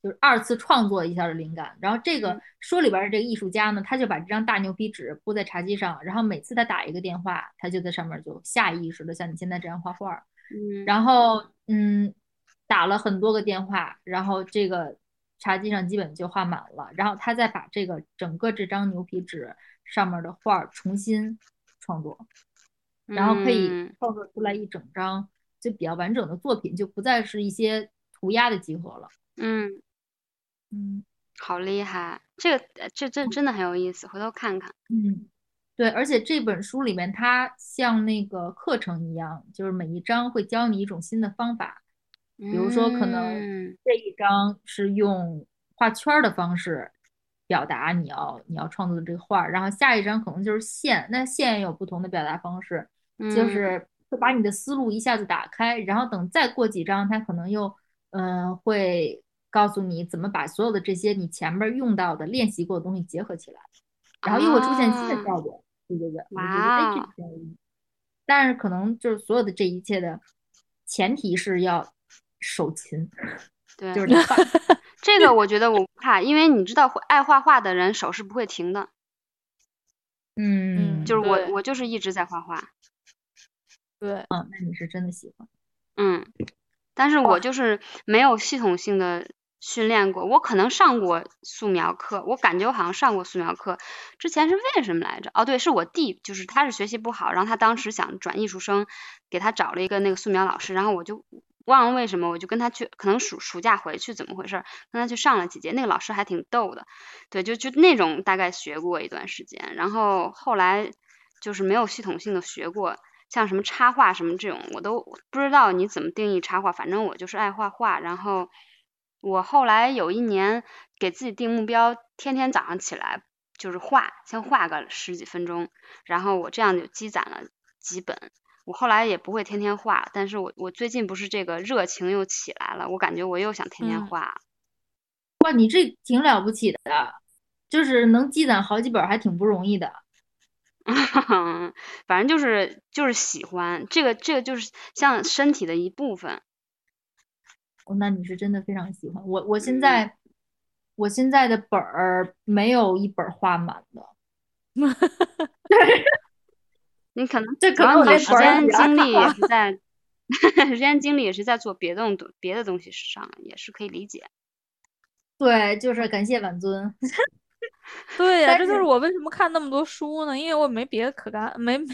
Speaker 6: 就是二次创作一下的灵感。然后这个书里边的这个艺术家呢，他就把这张大牛皮纸铺在茶几上，然后每次他打一个电话，他就在上面就下意识的像你现在这样画画儿。
Speaker 4: 嗯，
Speaker 6: 然后嗯，打了很多个电话，然后这个茶几上基本就画满了，然后他再把这个整个这张牛皮纸上面的画儿重新创作，然后可以
Speaker 4: 嗯
Speaker 6: 创作出来一整张就比较完整的作品，就不再是一些涂鸦的集合了。
Speaker 4: 嗯，
Speaker 6: 嗯
Speaker 4: 好厉害，这个呃这这真的很有意思，回头看看。
Speaker 6: 嗯，对，而且这本书里面它像那个课程一样，就是每一章会教你一种新的方法。
Speaker 4: 比
Speaker 6: 如说可能这一张是用画圈儿的方式表达你要你要创作的这个画儿，然后下一张可能就是线，那线也有不同的表达方式，
Speaker 4: 嗯
Speaker 6: 就是会把你的思路一下子打开，然后等再过几张，它可能又嗯、呃会告诉你怎么把所有的这些你前面用到的练习过的东西结合起来，然后又会出现新的
Speaker 4: 啊
Speaker 6: 效果。对对对，我就觉得哎，这
Speaker 4: 哇哦
Speaker 6: 比较有意思。但是可能就是所有的这一切的前提是要手勤，
Speaker 4: 对，
Speaker 6: 就是 得画
Speaker 4: 这个我觉得我不怕，因为你知道，爱画画的人手是不会停的。
Speaker 6: 嗯，
Speaker 4: 就是我，
Speaker 5: 对
Speaker 4: 我就是一直在画画，
Speaker 5: 对，
Speaker 6: 嗯，那你是真的喜欢，
Speaker 4: 嗯，但是我就是没有系统性的训练过，我可能上过素描课，我感觉我好像上过素描课，之前是为什么来着？哦，对，是我弟，就是他是学习不好，然后他当时想转艺术生，给他找了一个那个素描老师，然后我就忘了为什么，我就跟他去，可能暑暑假回去怎么回事儿，跟他去上了几节，那个老师还挺逗的，对，就就那种大概学过一段时间，然后后来就是没有系统性的学过，像什么插画什么这种，我都不知道你怎么定义插画，反正我就是爱画画，然后。我后来有一年给自己定目标，天天早上起来就是画，先画个十几分钟，然后我这样就积攒了几本。我后来也不会天天画，但是我我最近不是这个热情又起来了，我感觉我又想天天
Speaker 5: 嗯
Speaker 4: 画。
Speaker 6: 哇，你这挺了不起的，就是能积攒好几本儿还挺不容易的，
Speaker 4: 反正就是就是喜欢这个这个就是像身体的一部分。
Speaker 6: 哦那你是真的非常喜欢我。我现在我现在的本儿没有一本儿画满的，
Speaker 4: 你可能
Speaker 6: 这
Speaker 4: 主
Speaker 6: 可
Speaker 4: 要
Speaker 6: 能
Speaker 4: 你的
Speaker 6: 我
Speaker 4: 时间精力也是
Speaker 6: 本儿比较大
Speaker 4: 在时间精力也是在做别的东别的东西上，也是可以理解。
Speaker 6: 对，就是感谢晚尊。
Speaker 5: 对呀、
Speaker 6: 但
Speaker 5: 这就是是我为什么看那么多书呢？因为我没别的可干，没 没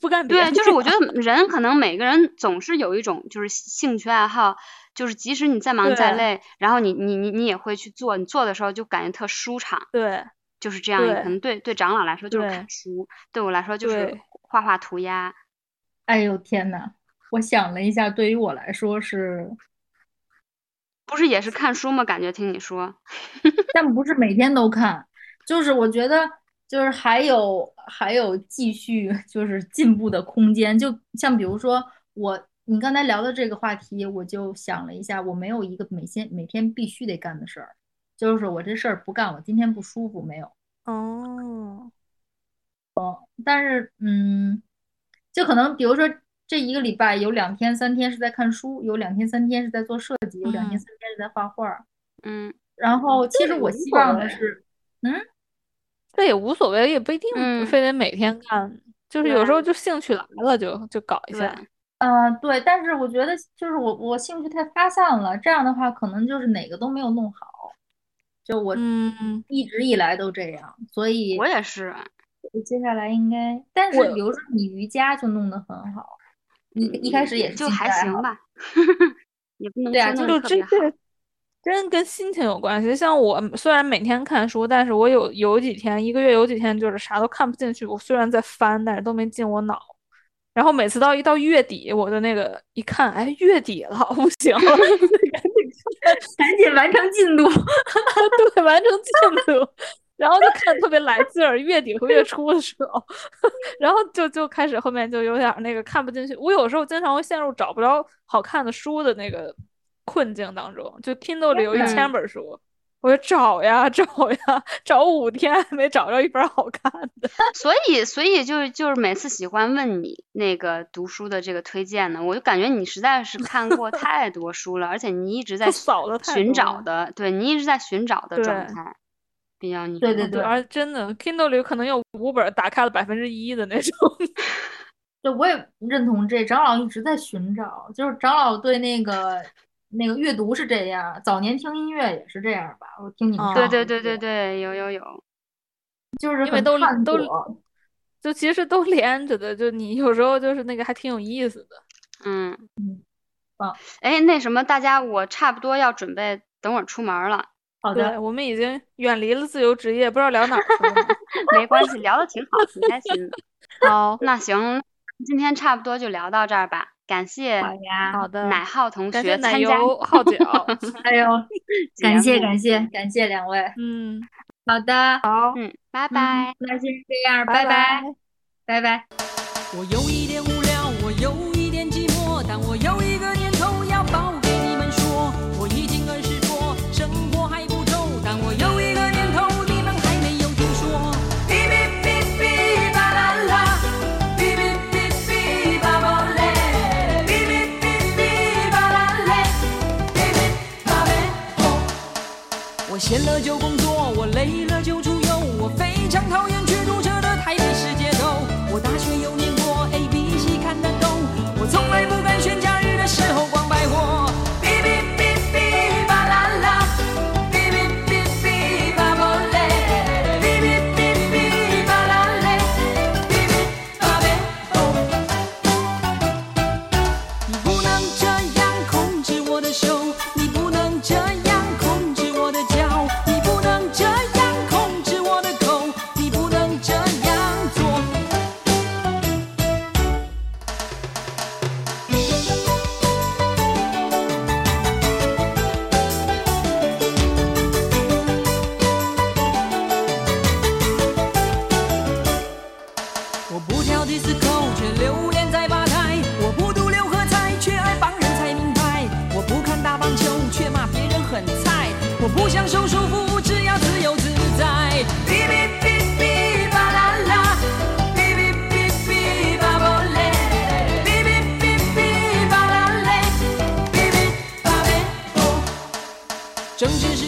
Speaker 5: 不干别
Speaker 4: 对，
Speaker 5: 的
Speaker 4: 就
Speaker 5: 事
Speaker 4: 是我
Speaker 5: 儿
Speaker 4: 觉得人可能每个人总是有一种就是兴趣爱好，就是即使你再忙再
Speaker 5: 对
Speaker 4: 累，然后你你你你也会去做，你做的时候就感觉特舒畅，
Speaker 5: 对
Speaker 4: 就是这样一个。
Speaker 5: 对
Speaker 4: 可能对对长老来说就是看
Speaker 5: 对
Speaker 4: 书，对我来说就是
Speaker 5: 对
Speaker 4: 画画涂鸦。
Speaker 6: 哎呦天呐，我想了一下，对于我来说是，
Speaker 4: 不是也是看书吗？感觉听你说，
Speaker 6: 但不是每天都看，就是我觉得就是还有还有继续就是进步的空间。就像比如说我，你刚才聊的这个话题，我就想了一下，我没有一个每天每天必须得干的事儿，就是我这事儿不干，我今天不舒服没有。
Speaker 5: 哦，
Speaker 6: 但是，嗯，就可能比如说这一个礼拜有两天三天是在看书，有两天三天是在做设计，有两天
Speaker 5: 嗯
Speaker 6: 三天是在画画儿。
Speaker 4: 嗯
Speaker 6: 然后，其实我
Speaker 5: 无
Speaker 6: 希
Speaker 5: 所
Speaker 6: 望的
Speaker 5: 谓
Speaker 6: 是，
Speaker 5: 这也无所谓，也不一定
Speaker 4: 嗯啊
Speaker 5: 非得每天干，就是有时候就兴趣来了就就搞一
Speaker 4: 对
Speaker 5: 下。
Speaker 6: 呃，对，但是我觉得就是我我兴趣太发散了，这样的话可能就是哪个都没有弄好。就我
Speaker 5: 嗯，
Speaker 6: 一直以来都这样，所以
Speaker 4: 我也是，啊
Speaker 6: 我接下来应该，但是
Speaker 5: 我
Speaker 6: 比如说你瑜伽就弄得很好，你一开始也
Speaker 4: 嗯
Speaker 6: 是
Speaker 4: 就
Speaker 6: 兴趣
Speaker 4: 还
Speaker 6: 爱
Speaker 4: 行
Speaker 6: 好，
Speaker 4: 吧，也不能
Speaker 6: 对
Speaker 4: 说
Speaker 6: 啊
Speaker 4: 弄得
Speaker 6: 就
Speaker 5: 就
Speaker 4: 特
Speaker 5: 这
Speaker 4: 别好。
Speaker 5: 个真跟心情有关系。像我虽然每天看书，但是我有有几天，一个月有几天就是啥都看不进去。我虽然在翻，但是都没进我脑。然后每次到一到月底，我就那个一看，哎，月底了， 不行了，赶紧
Speaker 6: 赶紧完成进度。
Speaker 5: 对，完成进度，然后就看特别来劲儿，月底和月初的时候， 然后就就开始后面就有点儿那个看不进去。我有时候经常会陷入找不着好看的书的那个困境当中，就 Kindle 里有一
Speaker 6: 天
Speaker 5: 千本儿书，我就找呀 找呀，找五天没找着一本好看的。
Speaker 4: 所以，所以就是就是每次喜欢问你那个读书的这个推荐呢，我就感觉你实在是看 过太多书了，而且你一直在
Speaker 5: 我扫得太
Speaker 4: 寻
Speaker 5: 多
Speaker 4: 找
Speaker 5: 了
Speaker 4: 的，对你一直在寻找的状
Speaker 5: 对
Speaker 4: 态，比较你
Speaker 6: 对
Speaker 4: 可
Speaker 6: 对
Speaker 4: 能
Speaker 6: 对
Speaker 5: 而真的 Kindle 里可能有五本打开了百分之一的那种。
Speaker 6: 对，我也认同这，长老一直在寻找，就是长老对那个那个阅读是这样，早年听音乐也是这样吧，我听你们
Speaker 5: 哦
Speaker 6: 上
Speaker 4: 对对
Speaker 6: 回
Speaker 4: 对对
Speaker 6: 说，
Speaker 4: 对，有有有，
Speaker 6: 就是
Speaker 5: 因为
Speaker 6: 很
Speaker 5: 都
Speaker 6: 探
Speaker 5: 都
Speaker 6: 索，
Speaker 5: 就其实都连着的，就你有时候就是那个还挺有意思的。
Speaker 4: 嗯
Speaker 6: 嗯，棒
Speaker 4: 哎，那什么，大家我差不多要准备等会儿出门了，
Speaker 6: 好的，
Speaker 5: 对，我们已经远离了自由职业，不知道聊哪儿去了呢。
Speaker 4: 没关系，聊的挺好，挺开心的。
Speaker 5: 好，
Speaker 4: 那行，今天差不多就聊到这儿吧，感谢
Speaker 6: 好呀，
Speaker 5: 好的，
Speaker 4: 奶浩同
Speaker 5: 感
Speaker 4: 学
Speaker 5: 谢奶
Speaker 4: 参加
Speaker 5: 油号角。
Speaker 6: 哎呦，感谢感
Speaker 4: 谢，
Speaker 6: 谢感谢两位，
Speaker 5: 嗯，
Speaker 6: 好的，
Speaker 5: 好，
Speaker 4: 嗯，拜
Speaker 6: 嗯
Speaker 4: 拜。
Speaker 6: 那先这样，拜
Speaker 5: 拜
Speaker 6: 拜，拜拜。
Speaker 3: 我有一点无聊，我有一点寂寞，但我有一个念头要报给你们说。我已经二十多，生活还不够，但我有一个念头，你们还没有听说。哔哔哔哔吧啦啦，哔哔哔哔吧吧嘞，哔哔哔哔吧啦嘞，哔哔吧呗啵。我闲了就工作，我累了就出游，我非常讨厌去堵车的台北市街头。我大学有念过 A B C 看得懂，我从来不敢选假日的时候逛百货。哔哔哔哔吧啦啦，哔哔哔哔吧不嘞，哔哔哔哔吧啦嘞，哔哔吧呗哦。你不能这样控制我的手，你不能这样控制我的脚，你不能这样控制我的口，你不能这样做。我不跳 disco，却流连在吧台；我不读六合彩，却爱帮人猜名牌；我不看大棒球，却骂别人很菜；我不享受束缚，只要自由自在。哔哔哔哔吧啦啦，哔哔哔哔吧不嘞，哔哔哔哔吧啦嘞，哔哔吧呗啵。政治是